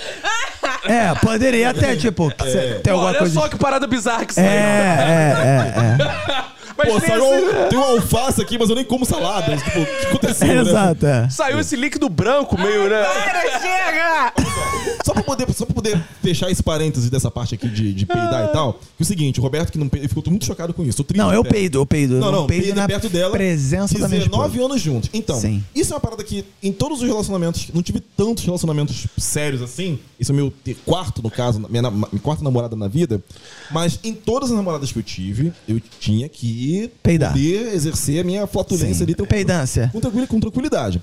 S2: É, poderia até, tipo,
S3: É.
S2: cê- tem alguma
S1: Olha
S2: coisa.
S1: só que parada bizarra que
S2: É,
S1: saiu.
S3: <laughs>
S2: é,
S1: Mas assim, né?
S3: Pô,
S1: tem
S3: saiu
S1: esse-
S3: um, tem um alface aqui, mas eu nem como salada. Tipo, o que
S2: é,
S3: aconteceu?
S2: é.
S3: né?
S2: Exato, é.
S1: Saiu esse líquido branco meio, né?
S4: Para, chega!
S2: <laughs>
S3: Só pra, poder, só pra poder fechar esse parênteses dessa parte aqui de, de peidar e tal. Que é o seguinte, o Roberto que não peida, ele ficou muito chocado com isso. tô triste
S2: Não, eu
S3: até.
S2: peido, eu peido. Eu
S3: Não, não,
S2: peido
S3: peido
S2: na
S3: perto dela.
S2: presença da minha
S3: 19
S2: esposa.
S3: anos juntos. Então,
S2: Sim.
S3: isso é uma parada que em todos os relacionamentos, não tive tantos relacionamentos sérios assim. Esse é o meu te- quarto, no caso, na- minha, na- minha quarta namorada na vida. Mas em todas as namoradas que eu tive, eu tinha que
S2: Peidar.
S3: poder exercer a minha flatulência
S2: Sim.
S3: ali. tran-
S2: Peidância.
S3: Com, tranquili- com tranquilidade.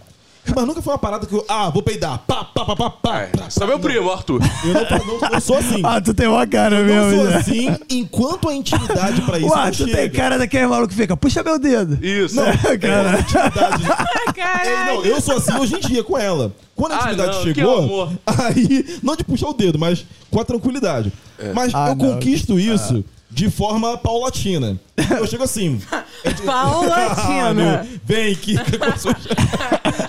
S3: Mas nunca foi uma parada que eu, ah, vou peidar. Pá, pá, pá, pá, pá. pá,
S1: Isso é
S3: pá.
S1: meu primo, Arthur.
S3: Eu não, não- não sou assim.
S2: <laughs> Ah, tu tem uma cara
S3: não
S2: mesmo.
S3: sou
S2: né?
S3: assim enquanto a intimidade pra isso
S2: Uá,
S3: não
S2: tu tem
S3: chega.
S2: cara daquele maluco que fica, puxa meu dedo.
S1: Isso.
S3: Não, <laughs> é,
S2: Cara.
S3: a intimidade... É,
S4: Caralho!
S3: não, eu sou assim hoje em dia com ela. Quando a
S1: Ah, não,
S3: intimidade
S1: que
S3: chegou,
S1: amor.
S3: aí, não de puxar o dedo, mas com a tranquilidade.
S1: É.
S3: Mas
S2: Ah,
S3: eu
S2: não.
S3: conquisto isso de forma paulatina. Eu chego assim. <laughs> Ah, meu,
S4: Paulatina!
S3: vem, Kika, <laughs> com a sua.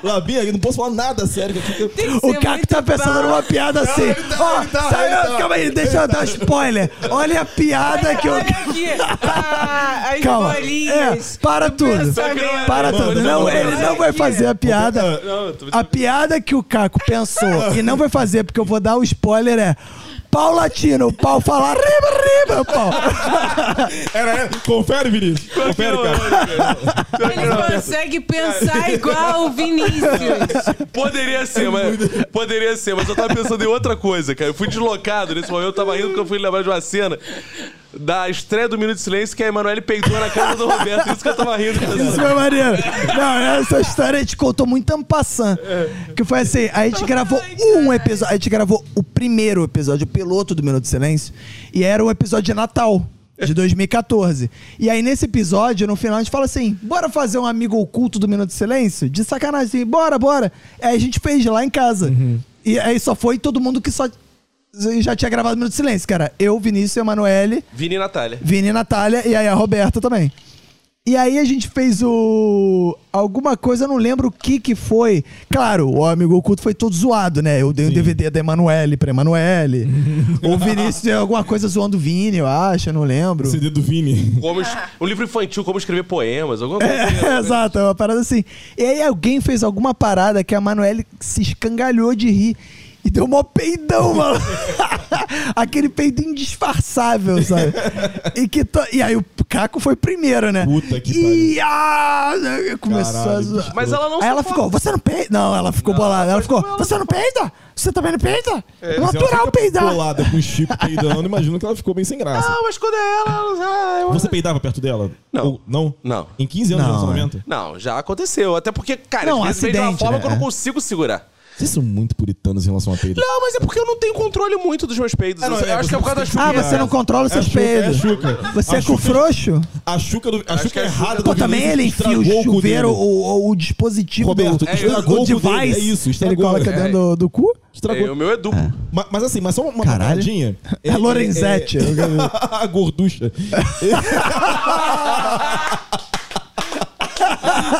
S3: Labinha, eu não posso falar nada sério. que a Kika-
S4: é
S2: O Caco tá pensando numa piada assim.
S3: ele tá,
S2: Ó,
S3: ele tá,
S2: saiu-
S3: ele tá.
S2: calma aí, deixa eu dar um spoiler. Olha a piada que eu.
S4: Olha aqui! Ah, as
S2: Calma. É,
S4: bolinhas!
S2: para tudo.
S4: pensamento.
S2: Para
S3: Mano,
S2: tudo.
S3: não,
S2: Não,
S3: não,
S2: ele
S4: não.
S2: não vai fazer a piada.
S1: Não, tô...
S2: A piada que o Caco pensou e não vai fazer, porque eu vou dar o spoiler, é. Pau latino, o pau falar riba, riba, pau.
S3: Era, era. Confere, Vinícius. Confere, cara.
S2: É. <laughs>
S4: Ele consegue pensar igual o Vinícius!
S1: Poderia ser, mas. Poderia ser, mas eu tava pensando em outra coisa, cara. Eu fui deslocado nesse momento, eu tava rindo porque eu fui lembrar de uma cena da estreia do Minuto de Silêncio que a Emanuele peitou na casa do Roberto. Isso que eu tava rindo.
S2: Isso foi maneiro. Não, essa história a gente contou muito en passant. Que foi assim, a gente gravou um episódio, a gente gravou o primeiro episódio, o piloto do Minuto de Silêncio, e era um episódio de Natal. De 2014. E aí, nesse episódio, no final, a gente fala assim: bora fazer um amigo oculto do Minuto de Silêncio? De sacanagem, assim, bora, bora. Aí a gente fez lá em casa. E aí só foi todo mundo que só já tinha gravado Minuto de Silêncio, cara. Eu, Vinícius, Emanuele,
S1: Vini e Natália.
S2: Vini e Natália, e aí a Roberta também. E aí a gente fez o. Alguma coisa, eu não lembro o que que foi. Claro, o amigo oculto foi todo zoado, né? Eu dei o DVD da Emanuele pra Emanuele. o Vinícius deu alguma coisa zoando o Vini, eu acho, eu não lembro.
S3: O CD do Vini.
S1: Como es- um livro infantil, como escrever poemas, alguma
S2: <laughs>
S1: coisa. assim.
S2: É, exato, é uma parada assim. E aí alguém fez alguma parada que a Manoeli se escangalhou de rir. E deu mó peidão, mano. <laughs> Aquele peido indisfarçável, sabe? E, que to- e aí o Caco foi primeiro, né?
S3: Puta que
S2: e... ah, Começou a
S3: Caralho,
S2: zoar.
S3: bicho.
S1: Mas ela não
S2: Aí
S1: se
S2: ela
S1: fala.
S2: ficou, você não peida? Não, ela ficou bolada. Ela ficou, você não peida? Você também não peida? É
S3: Se ela
S2: natural
S3: fica
S2: peidar.
S3: Bolada com o Chico peidando, imagino que ela ficou bem sem graça.
S1: Não, mas quando é ela, ela. ah, eu-
S3: Você peidava perto dela?
S1: Não.
S3: Ou- não? é.
S1: Não.
S3: Em 15 anos
S2: Não,
S3: de relacionamento?
S1: Não, já aconteceu. Até porque, cara,
S2: Não,
S1: às vezes vem de uma
S2: acidente,
S1: forma
S2: né?
S1: que eu não consigo segurar.
S3: Vocês são muito puritanos em relação a peido.
S1: Não, mas é porque eu não tenho controle muito dos meus peidos.
S3: É, não,
S1: eu
S3: é,
S1: acho que é por causa da
S3: você-
S1: chuva.
S2: Ah, você não controla os seus
S3: chuca,
S2: peidos.
S3: é chuca.
S2: Você
S3: A
S2: é com
S3: chuca-
S2: frouxo?
S3: A chuca, do, a
S1: que
S3: chuca
S1: a é chuca-
S3: errada
S2: Pô,
S3: do
S2: também
S3: Vinícius
S2: ele enfia o
S3: estragou o cu
S2: chuveiro,
S3: dele.
S2: o, o- o dispositivo
S3: Roberto,
S2: do, É,
S3: estragou
S2: o
S3: o cu
S2: device.
S3: dele, é isso,
S2: ele
S3: estragou.
S2: coloca
S3: É.
S2: dentro do, do cu.
S1: É,
S3: Estragou.
S1: o meu é duplo.
S3: Ma- Mas, assim, mas só uma
S2: Caralho. <laughs>
S3: paradinha.
S2: É Lorenzetti.
S3: <laughs> a gorducha.
S1: <laughs>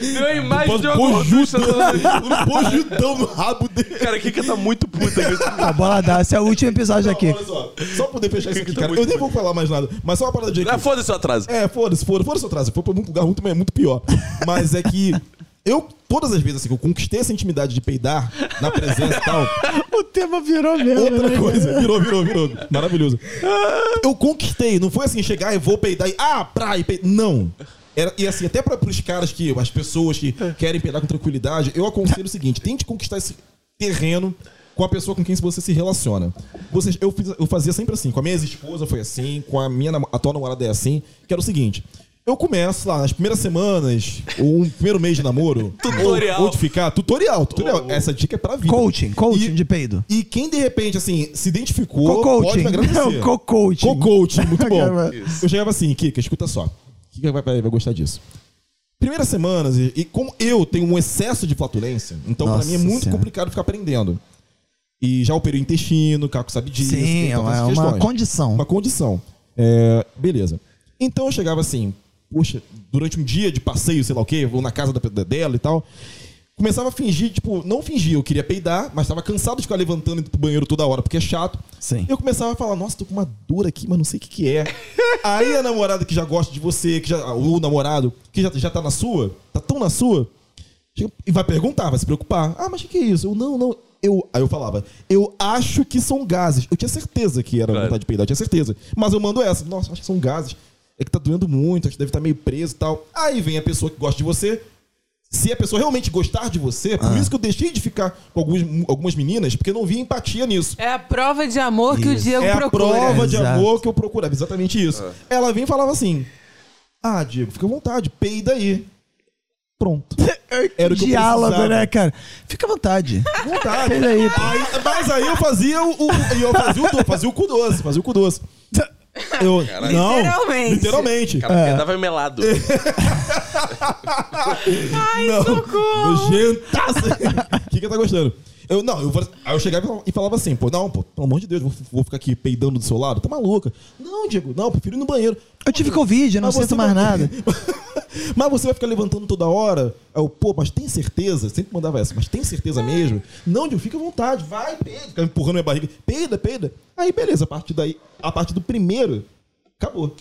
S1: Deu a imagem de uma gorducha.
S3: Pojudão.
S1: do-
S3: <laughs> Um pojudão no rabo dele.
S1: Cara, a Kika tá muito puta
S3: <laughs>
S1: aqui.
S2: A bola dá. Esse é o último episódio aqui.
S3: Olha só, só pra poder fechar isso aqui,
S1: Tá
S3: cara.
S1: muito
S3: Eu nem vou falar mais nada, mas só uma paradinha
S1: Ah,
S3: aqui.
S1: foda-se o atraso.
S3: É, foda-se, foda-se, foda-se o atraso. Foi pra um lugar muito, muito pior. Mas é que eu, todas as vezes assim, que eu conquistei essa intimidade de peidar na presença e tal,
S2: O tema virou mesmo.
S3: outra coisa. Virou, virou, virou. Maravilhoso. Eu conquistei, não foi assim, chegar e vou peidar e. Ah, praia, peidar. Não. Era- e assim, até pra, pros caras que. As pessoas que querem peidar com tranquilidade, eu aconselho o seguinte: tente conquistar esse terreno com a pessoa com quem você se relaciona. Vocês, eu, fiz- eu fazia sempre assim, com a minha ex-esposa foi assim, com a minha namo- atual namorada é assim, que era o seguinte. Eu começo lá nas primeiras semanas, ou um primeiro mês de namoro.
S1: Tutorial.
S3: Ou, ou de ficar. Tutorial, tutorial. Essa dica é pra vida.
S2: Coaching, coaching
S3: E-
S2: de peido.
S3: e quem de repente, assim, se identificou, pode
S2: Co-coaching.
S3: me agradecer.
S2: Não, co-coaching.
S3: Co-coaching,
S2: <laughs>
S3: muito bom.
S2: Isso.
S3: eu chegava assim, Kika, escuta só. Kika vai, vai, vai gostar disso. Primeiras semanas, e, e como eu tenho um excesso de flatulência, então pra
S2: Nossa
S3: mim é muito
S2: Senhora.
S3: complicado ficar aprendendo. E já operei o intestino, o Caco sabe disso.
S2: Sim,
S3: tem
S2: é
S3: todas
S2: uma, é
S3: então, essas
S2: uma
S3: questões.
S2: condição.
S3: Uma condição. É, beleza. Então eu chegava assim, poxa, durante um dia de passeio, sei lá o quê, vou na casa da, da- dela e tal. Começava a fingir, tipo, não fingir, eu queria peidar, mas tava cansado de ficar levantando e indo pro banheiro toda hora, porque é chato.
S2: Sim.
S3: Eu começava a falar, nossa, tô com uma dor aqui, mas não sei o que que é. Aí a namorada que já gosta de você, que já, ou o namorado, que já, já tá na sua, tá tão na sua, Chega- E vai perguntar, vai se preocupar. Ah, mas o que, que é isso? Eu, não, não. Eu, aí eu falava, eu acho que são gases. Eu tinha certeza que era
S1: Claro.
S3: vontade de peidar, eu tinha certeza. Mas eu mando essa. Nossa, acho que são gases. É que tá doendo muito, acho que deve estar meio preso e tal. Aí vem a pessoa que gosta de você. Se a pessoa realmente gostar de você, por isso que eu deixei de ficar com alguns, algumas meninas, porque eu não via empatia nisso.
S4: É a prova de amor que o Diego
S3: É a
S4: procura.
S3: prova de
S2: Exato.
S3: amor que eu procurava, exatamente isso. Ela vinha e falava assim: Ah, Diego, fica à vontade, peida aí. Pronto. Era o que eu
S2: Diálogo,
S3: precisava.
S2: né, cara? Fica à vontade.
S3: vontade.
S2: Pera aí, pô.
S3: Aí- mas aí eu fazia o, o- e eu fazia o, do- fazia o cu doce, fazia o cu doce. Eu, não,
S4: Literalmente.
S3: literalmente.
S1: Cara, porque tava melado.
S3: É, não, nojentaça. O que que tá gostando? Eu, não, eu, vou- aí eu chegava e falava- e falava assim, pô, não, pô, pelo amor de Deus, vou, vou ficar aqui peidando do seu lado? Tá maluca? Não, Diego, não, prefiro ir no banheiro.
S2: Eu tive Covid, eu não
S3: Mas você tá
S2: sinto mais
S3: vai-
S2: nada.
S3: <laughs> mas você vai ficar levantando toda hora? Aí eu, pô, mas tem certeza? Sempre mandava essa, mas tem certeza mesmo? Não, Diego, fica à vontade, vai, peida. Fica empurrando minha barriga. Peida, peida. Aí, beleza, a partir daí, a partir do primeiro, acabou.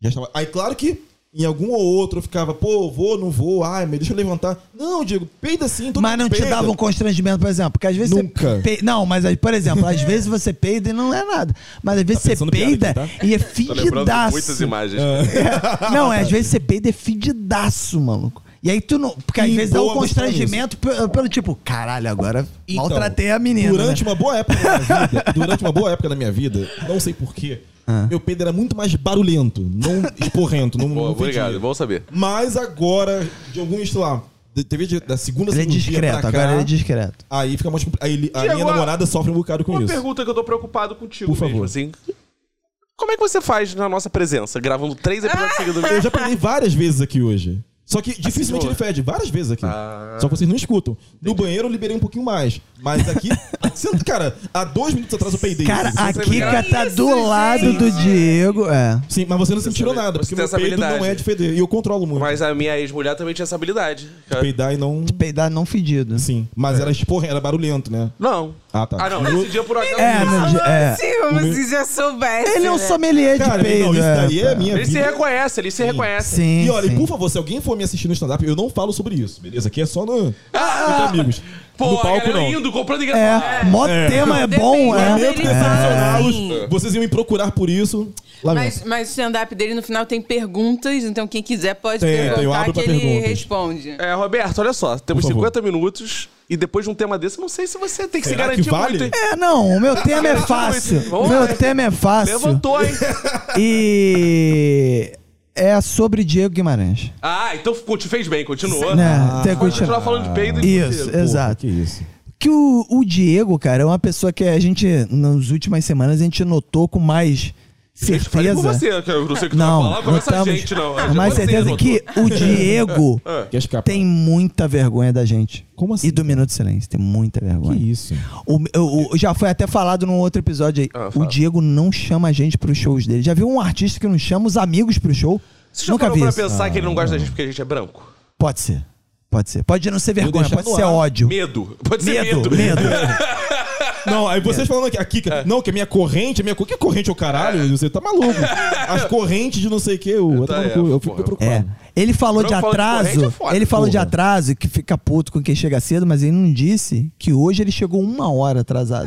S3: Já estava. Aí, claro que em algum ou outro eu ficava, pô, vou, não vou, ai, mas deixa eu levantar. Não, Diego, peida sim, todo
S2: Mas
S3: mundo
S2: não te
S3: peida.
S2: dava um constrangimento, por exemplo? Porque às vezes
S3: Nunca.
S2: você. Pe... Não, mas aí, por exemplo, às vezes você peida e não é nada. Mas às vezes você
S3: Tá pensando piada
S2: peida
S3: aqui,
S2: e é
S1: Tô lembrando de
S2: fedidaço.
S1: muitas imagens.
S2: É. <laughs> Não, é, às vezes você peida é fedidaço, maluco. E aí tu não. Porque às
S3: E
S2: vezes dá um
S3: boa você falar
S2: constrangimento pe- pelo, tipo, caralho, agora
S3: Então,
S2: maltratei a menina.
S3: Durante
S2: né?
S3: uma boa época da minha vida, <laughs> durante uma boa época da minha vida, não sei porquê,
S2: Ah.
S3: meu peido era muito mais barulhento, não
S1: <laughs>
S3: esporrento, não,
S1: Pô,
S3: não fedia.
S1: obrigado, bom saber.
S3: Mas agora, de alguns, sei lá, de- teve de- da segunda
S2: Ele é
S3: cirurgia
S2: discreto,
S3: pra cá,
S2: agora ele é discreto.
S3: Aí fica mais complicado. Aí ele- a
S1: Diego,
S3: minha
S1: a-
S3: namorada sofre um bocado com
S1: Uma
S3: isso.
S1: pergunta que eu tô preocupado contigo,
S3: Por favor.
S1: mesmo, assim. Como é que você faz na nossa presença, gravando três episódios seguidos?
S3: Eu já peguei várias vezes aqui hoje. Só
S1: Assim,
S3: que dificilmente ele fede, várias vezes aqui.
S1: Ah.
S3: Só que vocês não escutam. No banheiro eu liberei um pouquinho mais. Mas aqui. <laughs> Senta, cara, há dois minutos atrás eu peidei.
S2: Cara, a
S1: sempre
S2: Kika
S1: ganha.
S2: tá
S4: Isso,
S2: do lado
S4: gente.
S2: do Diego. É.
S3: Sim, mas você não sentiu
S1: sabe-
S3: nada,
S1: você
S3: porque
S1: tem
S3: meu
S1: essa
S3: peito não
S1: habilidade.
S3: é de feder. E eu controlo muito.
S1: Mas a minha ex-mulher também tinha essa habilidade.
S3: Peidar e não.
S2: Peidar não fedido.
S3: Sim. Mas era esporra, era barulhento, né?
S1: Não.
S3: Ah, tá.
S1: É. Ah, não. Esse dia por acaso.
S2: É,
S1: não.
S2: no di- é.
S4: Se você já soubesse.
S2: Ele é um
S4: né?
S2: sommelier de
S3: Cara,
S2: peido.
S3: não, isso daí é
S2: cara.
S3: minha
S1: né? Ele se
S3: vida.
S1: reconhece, ele se reconhece.
S2: Sim.
S3: E olha, e
S2: sim.
S3: por favor, se alguém for me assistir no stand-up, eu não falo sobre isso, beleza? Aqui é só no. Ah, amigos.
S1: Pô,
S3: no
S1: a
S3: palco
S1: galera
S3: não.
S1: indo, comprando ingresso.
S2: É, mó tema é bom,
S4: Depende,
S2: é.
S3: Lamento
S4: Ele
S3: decepcioná-los.
S4: vai.
S3: Vocês iam me procurar por isso.
S4: Mas,
S3: Lamento.
S4: mas o stand-up dele no final tem perguntas, então quem quiser pode
S3: Tem, tem, eu
S4: perguntar
S3: abro
S4: que
S3: pra
S4: ele
S3: perguntas.
S4: responde.
S1: É, Roberto, olha só, temos
S3: Por favor.
S1: 50 minutos e depois de um tema desse, eu não sei se você tem que se
S3: Será
S1: garantir
S3: que vale?
S1: muito, hein?
S2: É, não, o meu tema é fácil.
S1: Vamos
S2: O
S1: lá.
S2: meu tema é fácil.
S1: Levantou, hein?
S3: <laughs>
S2: E é sobre Diego Guimarães.
S1: ah, então ficou- te fez bem, Ah, continuou.
S2: Né? Tem que
S1: Pode continuar
S2: continuar.
S1: falando de peido e
S2: Isso,
S1: de-
S2: exato.
S3: Que isso.
S2: Que o, o Diego, cara, é uma pessoa que a gente, nas últimas semanas, a gente notou com mais
S1: Gente, falei com
S2: certeza.
S1: você, que eu não sei o que tu vai
S2: é, Não, Ah,
S1: falar, começa a
S2: notamos
S1: gente, não. É
S2: com mais
S1: você, É.
S2: certeza
S1: doutor.
S2: que o
S1: <laughs>
S2: Diego
S3: Quer escapar?
S2: tem muita vergonha da gente.
S3: Como assim,
S2: E do Minuto de Silêncio, tem muita
S3: Que
S2: vergonha.
S3: isso.
S2: O, o- o- já foi até falado num outro episódio aí.
S1: Ah, fala.
S2: o Diego não chama a gente pros shows dele. Já viu um artista que não chama os amigos pro show?
S1: Você já
S2: Nunca
S1: parou
S2: vi
S1: pra
S2: isso. Ah.
S1: pensar que ele não gosta da gente porque a gente é branco?
S2: Pode ser. Pode ser. Pode não ser vergonha,
S3: deixar
S2: pode
S3: no
S2: ser
S3: ar.
S2: ódio.
S1: Medo. Pode ser medo.
S2: Medo, medo.
S1: <laughs>
S3: Não, aí vocês falando aqui, a Kika, não, que a minha corrente, a minha. co- Que corrente, ô caralho? Você tá maluco. As correntes de não sei o quê, eu,
S1: Tá,
S3: eu,
S1: é,
S3: eu, eu fico
S1: porra.
S2: É.
S3: preocupado.
S2: Ele falou
S1: Não,
S2: de
S1: falou de
S2: atraso.
S1: corrente é foda,
S2: ele falou de
S3: porra.
S2: atraso que fica puto com quem chega cedo, mas ele não disse que hoje ele chegou uma hora atrasado.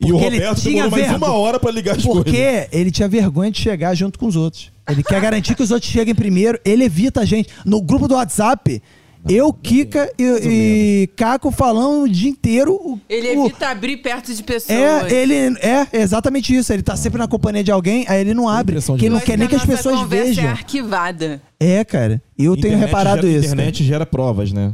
S3: E o
S2: Porque ele
S3: Roberto
S2: tinha
S3: demorou mais
S2: verbo.
S3: uma hora pra ligar as coisas.
S2: Porque ele tinha vergonha de chegar junto com os outros. Ele quer garantir que os outros cheguem primeiro, ele evita a gente. No grupo do WhatsApp, eu, Kika e, e Caco falando o dia inteiro. o-
S4: Ele
S2: o-
S4: evita abrir perto de pessoas.
S2: É, ele é exatamente isso. Ele tá sempre na companhia de alguém, aí ele não abre.
S3: impressão de
S2: Porque ele não
S4: Mas
S2: quer nem
S4: a
S2: que as
S4: nossa
S2: pessoas
S4: conversa é
S2: vejam.
S4: arquivada.
S2: É, cara. Eu tenho
S3: Internet
S2: reparado
S3: gera-
S2: isso. cara.
S3: internet gera provas, né?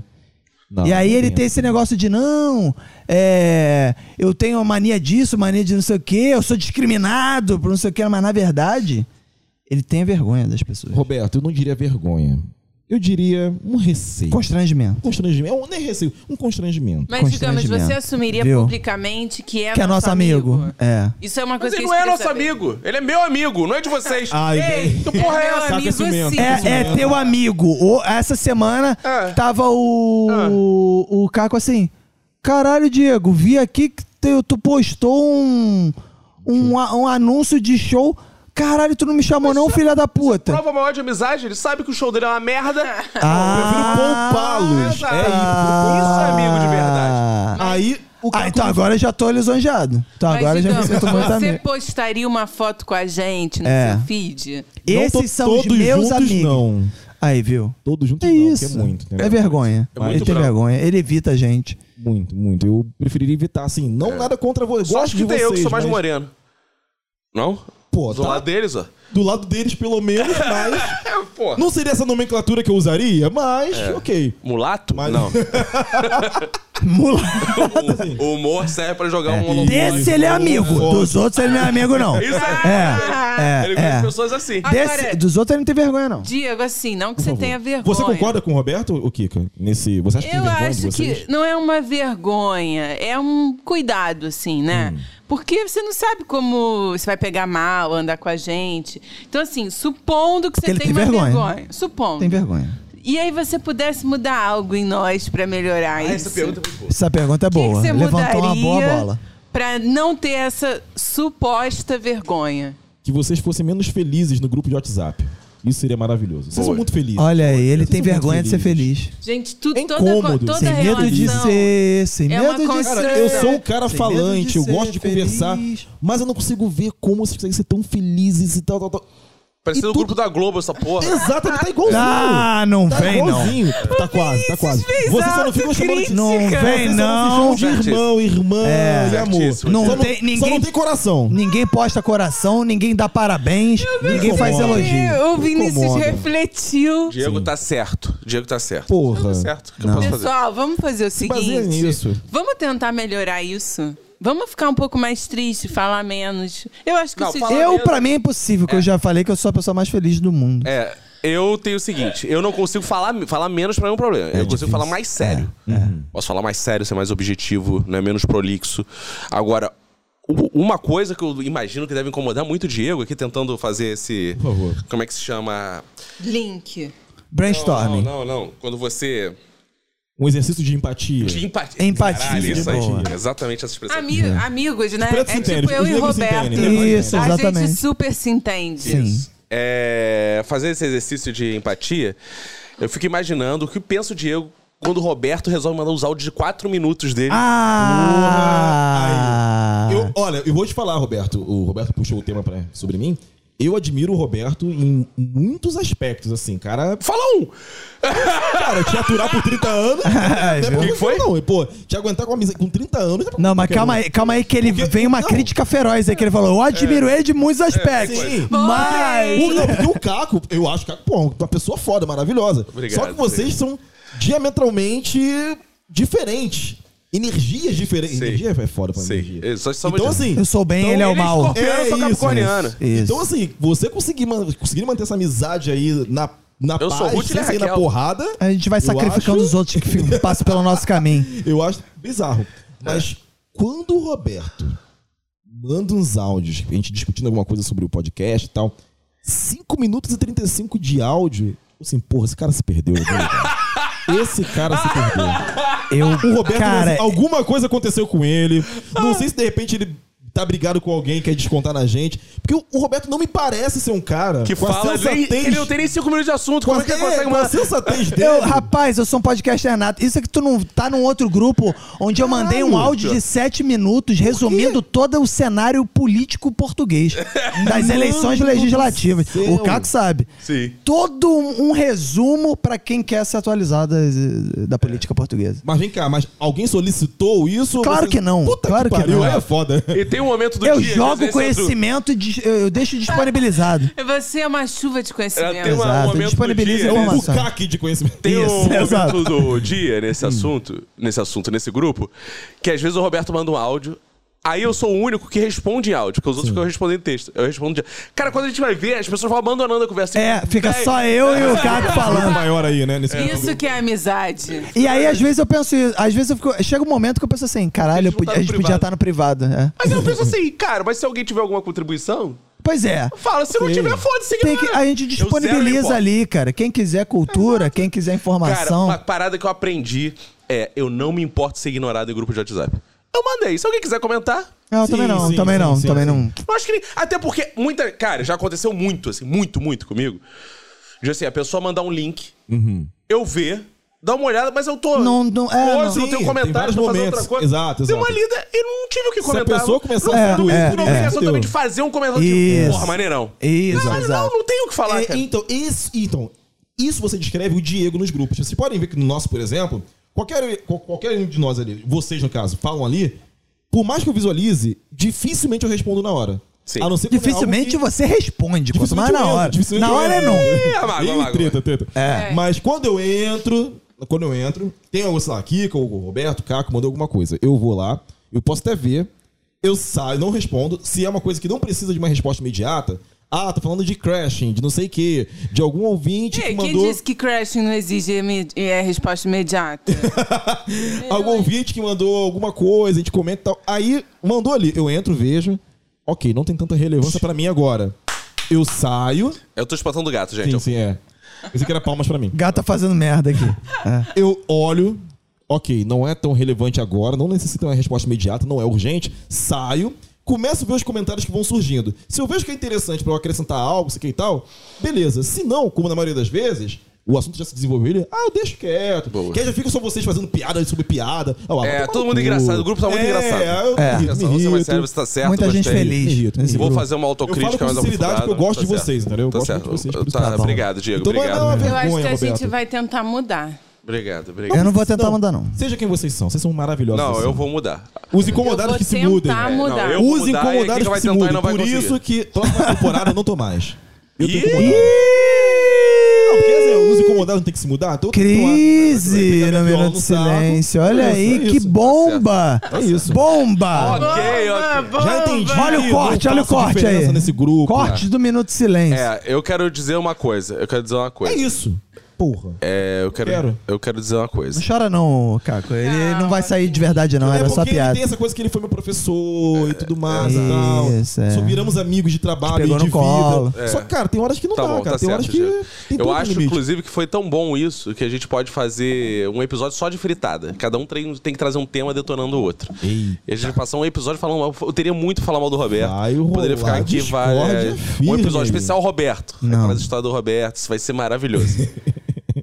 S3: Não,
S2: E aí
S3: não
S2: ele tem esse negócio de não, é, eu tenho mania disso, mania de não sei o quê, eu sou discriminado por não sei o quê, mas na verdade ele tem vergonha das pessoas.
S3: Roberto, eu não diria vergonha. Eu diria um receio.
S2: Constrangimento.
S3: Constrangimento. É um, nem receio, um constrangimento.
S4: Mas digamos, você
S2: Constrangimento.
S4: assumiria
S2: Viu?
S4: publicamente que é,
S2: Que é nosso amigo. É.
S4: Isso é uma
S1: Mas
S4: coisa
S1: ele
S4: que
S1: não
S4: eu
S1: é
S4: queria
S1: nosso
S4: saber.
S1: amigo. Ele é meu amigo, não é de vocês.
S2: Ah.
S3: Ai,
S1: Ei,
S3: velho.
S2: <laughs>
S1: que porra é
S4: É meu
S1: essa?
S4: amigo,
S3: esse mesmo.
S4: sim.
S2: É, é teu amigo. O- essa semana
S1: É.
S2: tava o, o Caco assim, caralho, Diego, vi aqui que teu- tu postou um, um, a- um anúncio de show. Caralho, tu não me chamou não, filha da puta.
S1: Prova maior de amizade, ele sabe que o show dele é uma
S2: <laughs>
S1: merda.
S3: Eu prefiro poupá-los.
S1: Ah,
S3: É isso.
S1: Isso é amigo de verdade.
S3: Aí o
S2: Ah,
S3: Caco-
S2: então agora eu já tô lisonjeado. Então
S4: Mas
S2: agora eu já me
S4: digamos,
S2: sinto muito
S4: você
S2: amigo.
S4: postaria uma foto com a gente no
S2: É.
S4: seu
S3: Não
S4: feed?
S3: tô
S2: Esses são os
S3: todos
S2: meus
S3: juntos,
S2: amigos.
S3: Não.
S2: Aí, viu?
S3: Todos juntos
S2: É
S3: não,
S2: isso.
S3: porque é muito. entendeu?
S2: é vergonha.
S3: É muito
S2: ele tem
S1: bravo.
S2: vergonha. Ele evita a gente. <laughs>
S3: Muito, muito. Eu preferiria evitar, assim. Não nada contra você.
S1: É. Só
S3: Gosto
S1: acho
S3: de
S1: que tem
S3: vocês,
S1: eu que sou mais
S3: mas,
S1: moreno. Não?
S3: Pô,
S1: Do
S3: tá
S1: lado deles, ó.
S3: do lado deles, pelo
S1: <laughs>
S3: menos, mas...
S1: É, pô.
S3: Não seria essa nomenclatura que eu usaria, mas...
S1: É.
S3: Ok.
S1: Mulato?
S2: <laughs>
S3: Mas-
S1: Não.
S2: Mula.
S1: O- o humor serve pra jogar um holofote.
S2: Desse ele é amigo. Dos outros ele não é amigo, não.
S1: Isso aí.
S3: Ah,
S2: É,
S1: Ele
S2: é,
S1: gosta de
S2: é.
S1: pessoas assim.
S2: Desse- dos outros ele não tem vergonha, não.
S4: Diego, assim, não que você tenha vergonha.
S3: Você concorda com o Roberto, o Kika? Nesse...
S2: tipo
S3: Você acha que tem
S4: Eu
S3: vergonha de
S4: acho
S3: vocês?
S4: que não é uma vergonha, é um cuidado, assim, né?
S2: Hum.
S4: Porque você não sabe como você vai pegar mal, andar com a gente. Então, assim, supondo que
S2: Porque
S4: você
S2: ele
S4: tem,
S2: tem
S4: uma
S2: vergonha.
S4: vergonha. Supondo.
S2: Tem vergonha.
S4: E aí você pudesse mudar algo em nós pra
S3: Ah,
S4: melhorar isso.
S1: Essa pergunta é muito boa.
S2: Essa pergunta é
S4: O que, que
S2: boa.
S4: você
S2: Levantou uma boa
S4: mudaria
S2: bola.
S4: Pra não ter essa suposta vergonha.
S3: que vocês fossem menos felizes no grupo de WhatsApp. Isso seria maravilhoso. Vocês são muito felizes.
S2: Olha aí, ele
S3: Vocês
S2: tem
S3: são muito
S2: vergonha de ser
S3: felizes.
S2: feliz.
S4: Gente, tudo,
S3: É
S4: toda, co-
S3: incômodo,
S4: toda
S3: sem
S2: Sem
S4: relação...
S2: medo de ser, sem
S4: é uma
S2: medo de
S4: constante.
S2: ser.
S3: Cara, eu sou um cara
S2: Sem medo
S3: falante,
S2: de
S3: eu
S2: ser
S3: gosto de
S2: feliz.
S3: conversar, mas eu não consigo ver como vocês conseguem ser tão felizes e tal, tal, tal.
S1: Parecendo o
S3: E tudo-
S1: grupo da Globo, essa porra.
S3: Exatamente, tá igualzinho.
S2: Ah, não
S3: tá
S2: vem, não.
S3: igualzinho. Tá quase, tá quase.
S4: fez
S3: Vocês só não ficam chamando de...
S4: autocrítica.
S2: Não
S4: Sim, cara.
S2: vem,
S3: Vocês assim, só
S2: não.
S3: se chamam de irmão, irmã
S2: É.
S3: e amor.
S1: Certíssimo.
S2: Não
S3: só
S2: tem-
S3: Só
S2: ninguém-
S3: não tem coração.
S2: Ninguém posta coração, ninguém dá parabéns, ninguém faz
S3: incomoda.
S2: elogio.
S4: O Vinícius
S3: Incomoda.
S4: refletiu.
S1: Diego tá certo. Diego tá certo.
S3: Porra.
S1: Tá certo. O que eu posso fazer?
S4: Pessoal, vamos fazer o
S3: Baseia
S4: seguinte.
S3: nisso.
S4: Vamos tentar melhorar isso? Vamos ficar um pouco mais triste, falar menos. Eu acho que
S1: Não,
S4: isso
S1: fala-
S2: Eu, pra mim, é impossível, que eu já falei que eu sou a pessoa mais feliz do mundo.
S1: É. eu tenho o seguinte: eu não consigo falar, falar menos pra nenhum
S3: É
S1: problema. eu consigo
S2: difícil.
S1: falar mais sério.
S3: Uhum.
S1: Posso falar mais sério, ser mais objetivo, né? menos prolixo. Agora, u- uma coisa que eu imagino que deve incomodar muito o Diego aqui tentando fazer esse.
S3: Por favor.
S1: Como é que se chama?
S4: Link.
S2: Brainstorming.
S1: Não, não, não. Quando você.
S3: Um exercício de empatia.
S1: De empatia.
S2: Empatia,
S1: Caralho, isso aí.
S2: boa.
S1: Exatamente essa expressão.
S4: Ami- Amigos, né?
S3: pretos se
S4: É tipo
S3: entendem,
S4: eu
S3: os
S4: e
S3: negros se
S4: Roberto.
S3: entendem, né?
S2: É. Isso,
S4: A
S2: exatamente.
S4: gente super se entende.
S2: Sim.
S1: É, fazer esse exercício de empatia, eu fico imaginando o que pensa o Diego quando o Roberto resolve mandar os áudios de 4 minutos dele.
S2: Ah! <laughs>
S3: Eu, olha, eu vou te falar, Roberto. O Roberto puxou o tema pra, sobre mim. Eu admiro o Roberto em muitos aspectos, assim, cara.
S1: Fala um!
S3: Cara, te aturar por 30
S2: <laughs>
S3: anos.
S2: Ai,
S3: não é
S2: meu.
S3: que foi? Não, e, pô, te aguentar com, a misa, com 30 anos. é pra
S2: Não, mas
S3: qualquer
S2: calma
S3: um.
S2: aí, calma aí que ele
S3: Porque-
S2: vem uma
S3: não. É.
S2: crítica feroz aí que ele falou. Eu admiro ele de muitos aspectos.
S1: Então,
S3: sim.
S2: mas.
S3: O, não, porque o Caco, eu acho o Caco, pô, uma pessoa foda, maravilhosa.
S1: Obrigado,
S3: Só que vocês são diametralmente diferentes. Energias diferentes.
S1: Sei.
S3: Energia é foda pra mim.
S1: Sei.
S3: energia.
S1: É, Só, só uma
S3: Então,
S1: dica.
S3: assim.
S2: Eu sou bem, ele é o
S1: Ele
S2: mal.
S1: escorpiano, eu sou
S3: É isso,
S1: capricorniano.
S2: Isso.
S3: Então, assim, você conseguir, man- conseguir manter essa amizade aí na, na
S1: Eu
S3: paz,
S1: sou Ruth e
S3: sem sair na
S1: Raquel.
S3: porrada,
S2: A gente vai
S3: Eu
S2: sacrificando
S3: acho-
S2: os outros que ficam- passam pelo nosso caminho.
S3: eu acho bizarro.
S1: É.
S3: Mas quando o Roberto manda uns áudios, a gente discutindo alguma coisa sobre o podcast e tal, 5 minutos e 35 de áudio, eu assim, porra, esse cara se perdeu. né, cara?
S1: <laughs>
S3: Esse cara se perdeu.
S2: Eu,
S3: O Roberto,
S2: cara,
S3: assim, alguma coisa aconteceu com ele. Não sei se de repente ele tá brigado com alguém, quer descontar na gente. Porque o, o Roberto não me parece ser um cara
S1: Que
S3: com
S1: fala,
S3: a
S1: nem,
S3: sensatez
S1: ele não tem nem 5 minutos de assunto.
S3: Com
S1: Como é
S3: a,
S1: que ele
S3: é,
S1: consegue
S3: com a
S1: mandar?
S2: <laughs>
S3: sensatez dele.
S2: eu, rapaz, eu sou um podcaster nato. Isso é que tu não tá num outro grupo onde eu mandei um
S1: Caralho.
S2: áudio de sete minutos resumindo todo o cenário político português
S3: <laughs>
S2: das eleições
S3: do
S2: legislativas.
S3: céu.
S2: O Caco sabe.
S1: Sim.
S2: Todo um um resumo pra quem quer se atualizar das, eh, da política
S3: É.
S2: portuguesa.
S3: Mas vem cá, mas alguém solicitou isso?
S2: Claro que não,
S3: Puta
S2: claro
S3: que,
S2: que
S3: pariu,
S2: não.
S3: é foda.
S1: E tem um momento do
S2: Eu
S1: dia...
S2: jogo
S1: conhecimento.
S2: conhecimento, e dis- eu eu deixo disponibilizado.
S4: Você é uma chuva de
S1: É, tem
S4: conhecimento.
S1: uma- um
S2: Exato,
S1: momento do
S2: disponibiliza
S1: dia...
S3: É um
S2: Informação.
S3: bucaque de conhecimento.
S1: Tem um
S2: Isso, <laughs>
S1: momento
S2: exato.
S1: do dia nesse assunto, nesse assunto, nesse grupo, que às vezes o Roberto manda um áudio. Aí eu sou o único que responde em áudio, porque os outros ficam respondendo em texto. Eu respondo. de- Cara, quando a gente vai ver, as pessoas vão abandonando a conversa.
S2: É, fica
S1: Véi,
S2: só eu e o Caco
S3: Muito
S2: falando.
S3: maior aí, né? Nesse
S4: Isso que é amizade.
S2: E aí, às vezes, eu penso isso. Às vezes eu fico. Chega um momento que eu penso assim, caralho,
S1: A gente não
S2: eu podia-
S1: tá
S2: a
S1: no
S2: gente podia
S1: privado.
S2: estar no privado. é.
S1: Mas eu penso assim, cara, mas se alguém tiver alguma contribuição,
S2: Pois é.
S1: fala. Se não tiver, foda-se.
S2: Tem que-
S1: galera.
S2: a gente
S1: Eu zero ele
S2: disponibiliza
S1: fora.
S2: ali, cara. Quem quiser cultura, quem quiser
S1: Cara,
S2: informação.
S1: uma parada que eu aprendi é: eu não me importo ser ignorado em grupo de WhatsApp. Eu mandei. Se alguém quiser comentar,
S2: Não,
S3: Sim,
S2: também não,
S3: sim,
S2: também
S3: sim,
S2: não,
S3: sim,
S2: também
S3: sim.
S2: não.
S1: Eu acho que nem. Até porque muita. Cara, já aconteceu muito, assim, muito, muito comigo. De assim, a pessoa mandar um link,
S3: Uhum.
S1: eu ver, dar uma olhada, mas eu tô.
S2: Não- não-
S1: Hoje
S2: é, não.
S1: não tenho
S3: Sim, tem
S1: comentário,
S3: vários
S1: tô fazendo
S3: momentos.
S1: outra coisa.
S3: Exato,
S1: Deu uma
S3: exato.
S1: lida e não tive o que
S3: a
S1: comentar.
S3: pessoa começar
S1: não,
S3: a
S1: não,
S2: se doer,
S1: não
S2: é,
S1: obrigação
S3: é.
S1: também de fazer um comentário tipo,
S2: Isso.
S1: porra, maneirão.
S2: Isso,
S1: Caralho, não,
S2: exato.
S1: não tem o que falar,
S3: É,
S1: cara.
S3: então, isso, então, isso você descreve o Diego nos grupos. Vocês podem ver que no nosso, por exemplo, qualquer, qual- qualquer um de nós ali, vocês no caso, falam ali, por mais que eu visualize, dificilmente eu respondo na hora.
S1: Sim.
S3: A não ser quando é algo
S2: Dificilmente
S3: que-
S2: você responde, quanto mais
S3: dificilmente
S2: Tipo assim, na
S3: eu entro,
S2: hora.
S3: dificilmente
S2: Na
S3: eu
S2: hora é
S3: entro.
S2: não.
S1: Ih, amago,
S3: Ih,
S1: amago.
S3: treta, treta.
S2: É.
S3: Mas quando eu entro, quando eu entro, tem algum, sei lá, Kika, o Roberto, o Caco, mandou alguma coisa. Eu vou lá, eu posso até ver, eu saio, não respondo. Se é uma coisa que não precisa de uma resposta imediata, ah, tá falando de crashing, de não sei o quê, de algum ouvinte que
S4: É, quem
S3: mandou.
S4: disse que crashing não exige imi- é, resposta imediata?
S3: Algum ouvinte que mandou alguma coisa, a gente comenta e tal. Aí mandou ali, eu entro, vejo. Ok, não tem tanta
S2: <laughs>
S3: relevância pra mim agora. Eu saio.
S1: Eu tô espantando o gato, gente.
S3: Sim,
S1: Eu-
S3: sim, é. Pensei que era palmas pra mim.
S2: Gato tá fazendo merda aqui. É.
S3: Eu olho, ok, não é tão relevante agora, não necessita uma resposta imediata, não é urgente, saio, começo a ver os comentários que vão surgindo. Se eu vejo que é interessante pra eu acrescentar algo, sei que e tal, beleza. Se não, como na maioria das vezes, o assunto já se desenvolveu, ele, ah, eu deixo quieto.
S1: Boa.
S3: Que aí já fica só vocês fazendo piada sobre piada. Ah, vai
S1: É,
S3: tomar
S1: todo
S3: no
S1: mundo
S3: cu.
S1: engraçado, o grupo tá muito engraçado.
S2: É.
S3: É, eu me irrito,
S1: Atenção,
S3: me
S1: você é mais
S3: irrito.
S1: sério, você tá certo.
S2: Muita gente
S1: gostei.
S2: feliz.
S3: Irrito, nesse
S1: Vou
S3: grupo.
S1: fazer uma autocrítica.
S3: Eu falo com
S1: mas
S3: sinceridade,
S1: aprofundada.
S3: porque eu gosto
S1: Tá
S3: de
S1: certo.
S3: vocês, entendeu? Eu
S1: Tá
S3: gosto
S1: certo.
S3: muito de vocês, por isso
S1: Tá,
S3: que eu falo.
S1: obrigado, Diego.
S3: Então não é-
S1: Obrigado.
S3: não é uma
S4: Eu acho
S3: <laughs>
S4: que
S3: vergonha,
S4: a gente
S3: Roberto.
S4: vai tentar mudar.
S1: Obrigado,
S2: Eu
S1: obrigado.
S2: não vou tentar mandar, não.
S3: Seja quem vocês são, vocês são maravilhosos.
S1: Não,
S3: assim.
S1: eu vou mudar.
S3: Os
S4: Eu
S3: incomodados
S4: vou
S3: que se
S4: tentar
S3: mudem.
S4: mudar.
S1: É, não, eu-
S3: Os
S1: vou mudar, e aí
S3: incomodados
S1: quem vai
S3: que se
S1: tentar e
S3: mudem.
S1: não vai
S3: Por
S1: conseguir.
S3: isso que próxima temporada eu não tô mais. Eu tô
S1: Ih!
S3: incomodado. Não, porque assim, os um andar não tem que se mudar? Todo
S2: Crise
S3: Então,
S2: no
S3: a-
S2: Minuto de Silêncio. Olha aí, que bomba!
S3: tá É isso.
S2: Bomba!
S1: Ok, ok.
S3: Já entendi.
S2: Olha o corte,
S3: Eu
S2: olha o
S3: faço
S2: corte aí.
S3: diferença nesse grupo.
S2: Corte do Minuto de Silêncio.
S1: É, eu quero dizer uma coisa. Eu quero dizer uma
S3: É
S1: coisa.
S3: isso. Porra.
S1: É, eu quero,
S3: Quero.
S1: Eu quero dizer uma coisa.
S2: Não chora não, Caco. Ele não vai sair de verdade não, era
S3: Ah. É porque
S2: só
S3: ele
S2: piada.
S3: tem essa coisa que ele foi meu professor e tudo mais
S2: é.
S3: e tal.
S2: Isso, é.
S3: Só viramos amigos de trabalho
S2: Pegou
S3: e de
S2: no colo.
S3: vida. Só que, cara, tem horas que não
S1: Tá
S3: dá,
S1: bom,
S3: cara.
S1: tá
S3: tem horas
S1: certo.
S3: que.
S1: Gil.
S3: tem
S1: Eu
S3: todo
S1: acho,
S3: limite.
S1: inclusive, que foi tão bom isso que a gente pode fazer um episódio só de fritada. Cada um tem, tem que trazer um tema detonando o outro.
S3: Ei,
S1: E a gente passar um episódio falando mal. Eu teria muito que falar mal do Roberto.
S3: Vai
S1: Poderia
S3: rolar
S1: ficar aqui vai,
S3: discórdia
S1: é, Um
S3: firme.
S1: episódio especial Roberto.
S2: Não.
S1: Aquelas histórias do Roberto. Isso vai ser
S3: <laughs>
S1: maravilhoso.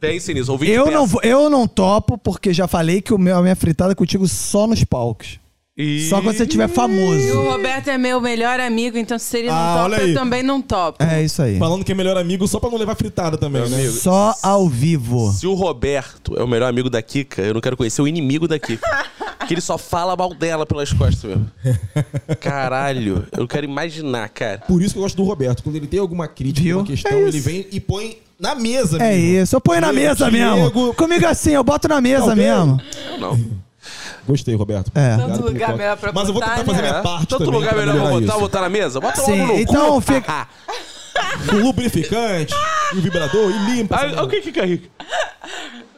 S1: Pense nisso. Ouvinte
S2: Eu
S1: peça.
S2: não, vou- eu não topo, porque já falei que o meu, a minha fritada é contigo só nos palcos.
S1: E-
S2: Só quando você estiver
S4: E o
S2: famoso.
S4: Roberto é meu melhor amigo, então se ele não
S3: Ah, olha
S4: topa,
S3: aí.
S4: eu também não topo.
S2: É isso aí.
S3: Falando que é melhor amigo só pra não levar fritada também,
S1: Meu
S3: né?
S1: amigo.
S2: Só ao vivo.
S1: Se o Roberto é o melhor amigo da Kika, eu não quero conhecer o inimigo da Kika. que ele só fala mal dela pelas costas mesmo. Caralho, eu não quero imaginar, cara.
S3: Por isso que eu gosto do Roberto. Quando ele tem alguma crítica,
S2: Viu?
S3: alguma questão,
S2: É isso.
S3: ele vem e põe na mesa
S2: É
S3: mesmo.
S2: isso, eu ponho na
S3: Diego,
S2: mesa
S3: Diego.
S2: mesmo. Comigo assim, eu boto na mesa
S3: Não,
S2: mesmo.
S1: Eu não.
S3: Gostei, Roberto.
S2: É.
S3: Obrigado
S4: Tanto
S3: pelo
S4: lugar
S3: corte.
S4: melhor pra
S3: Mas eu vou
S4: botar,
S3: tentar fazer
S4: né?
S3: minha É parte
S1: Tanto
S3: também
S1: Tá lugar
S3: pra
S1: melhor pra
S3: melhorar
S1: botar,
S3: isso.
S1: botar na mesa? Bota logo
S2: Sim,
S1: no cu. <laughs>
S2: então fica-
S3: Com lubrificante, e o vibrador e limpa. essa
S1: Olha
S3: merda.
S1: o que Kika rica.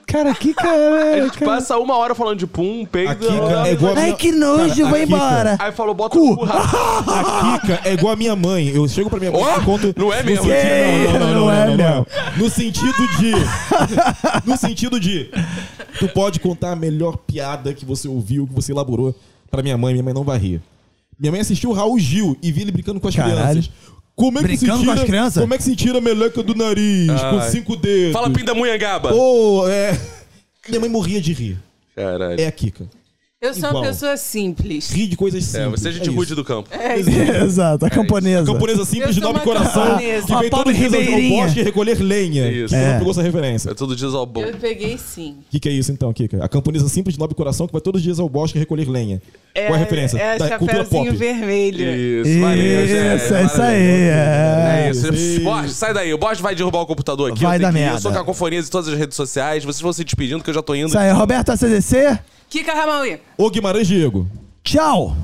S2: Cara, que
S1: A
S2: cara.
S1: gente passa uma hora falando de pum,
S3: A
S1: peido...
S3: Kika é igual a
S2: Ai,
S3: minha...
S2: que nojo,
S3: Cara, a
S2: vou
S3: Kika-
S2: embora.
S1: Aí falou, bota o cu. rápido.
S3: A Kika é igual a minha mãe. Eu chego pra minha mãe
S1: Ó,
S3: e conto...
S1: não é
S3: no
S1: mesmo.
S3: sentido-
S2: Ei,
S3: Não, não, não,
S2: não
S3: não,
S2: é
S3: não, não,
S2: mesmo.
S3: não. No sentido de... <laughs> No sentido de... Tu pode contar a melhor piada que você ouviu, que você elaborou pra minha mãe. Minha mãe não vai rir. Minha mãe assistiu o Raul Gil e viu ele brincando com as
S2: Caralho.
S3: crianças. Como é que
S2: Brincando
S3: se
S2: com
S3: tira,
S2: as crianças?
S3: Como é que se tira a meleca do nariz com
S1: Ai.
S3: cinco dedos?
S1: Fala pindamonhangaba.
S3: Pô, é... Minha mãe morria de rir.
S1: Caralho.
S3: É a Kika.
S4: Eu sou uma
S3: Igual.
S4: pessoa simples.
S3: Rir de coisas simples.
S1: É, você é gente
S3: isso.
S1: rude do campo.
S2: <laughs>
S1: É
S2: Exato, a camponesa.
S3: Camponesa simples
S4: Eu
S3: de
S4: sou
S3: nobre
S4: uma
S3: coração que
S4: camponesa.
S2: Uma
S3: vem
S2: pobre
S3: todo dia ao
S2: ribeirinha.
S3: bosque recolher lenha.
S1: Isso.
S3: Você
S2: É.
S3: não pegou essa referência.
S1: É
S3: O
S1: todo dias ao bom.
S4: Eu peguei sim.
S3: que, que é isso então, Kika? A camponesa simples de nobre coração que vai todos os dias ao bosque recolher lenha. Qual é a referência?
S4: É
S3: da cultura pop.
S4: Chapeuzinho Vermelho.
S1: Isso, valeu, gente.
S2: Isso, é isso
S1: Valeu.
S2: aí. É.
S1: É isso.
S3: Isso.
S1: Bosch, sai daí. O Bosch vai derrubar o computador aqui.
S2: Vai
S1: eu tenho que
S2: dar
S1: ir.
S2: merda.
S1: Eu sou cacofonias em todas as redes sociais. Vocês vão se despedindo que eu já tô indo.
S2: Isso aí, Roberto ACDC.
S4: Kika Ramauí.
S3: Ô Guimarães Diego.
S2: Tchau.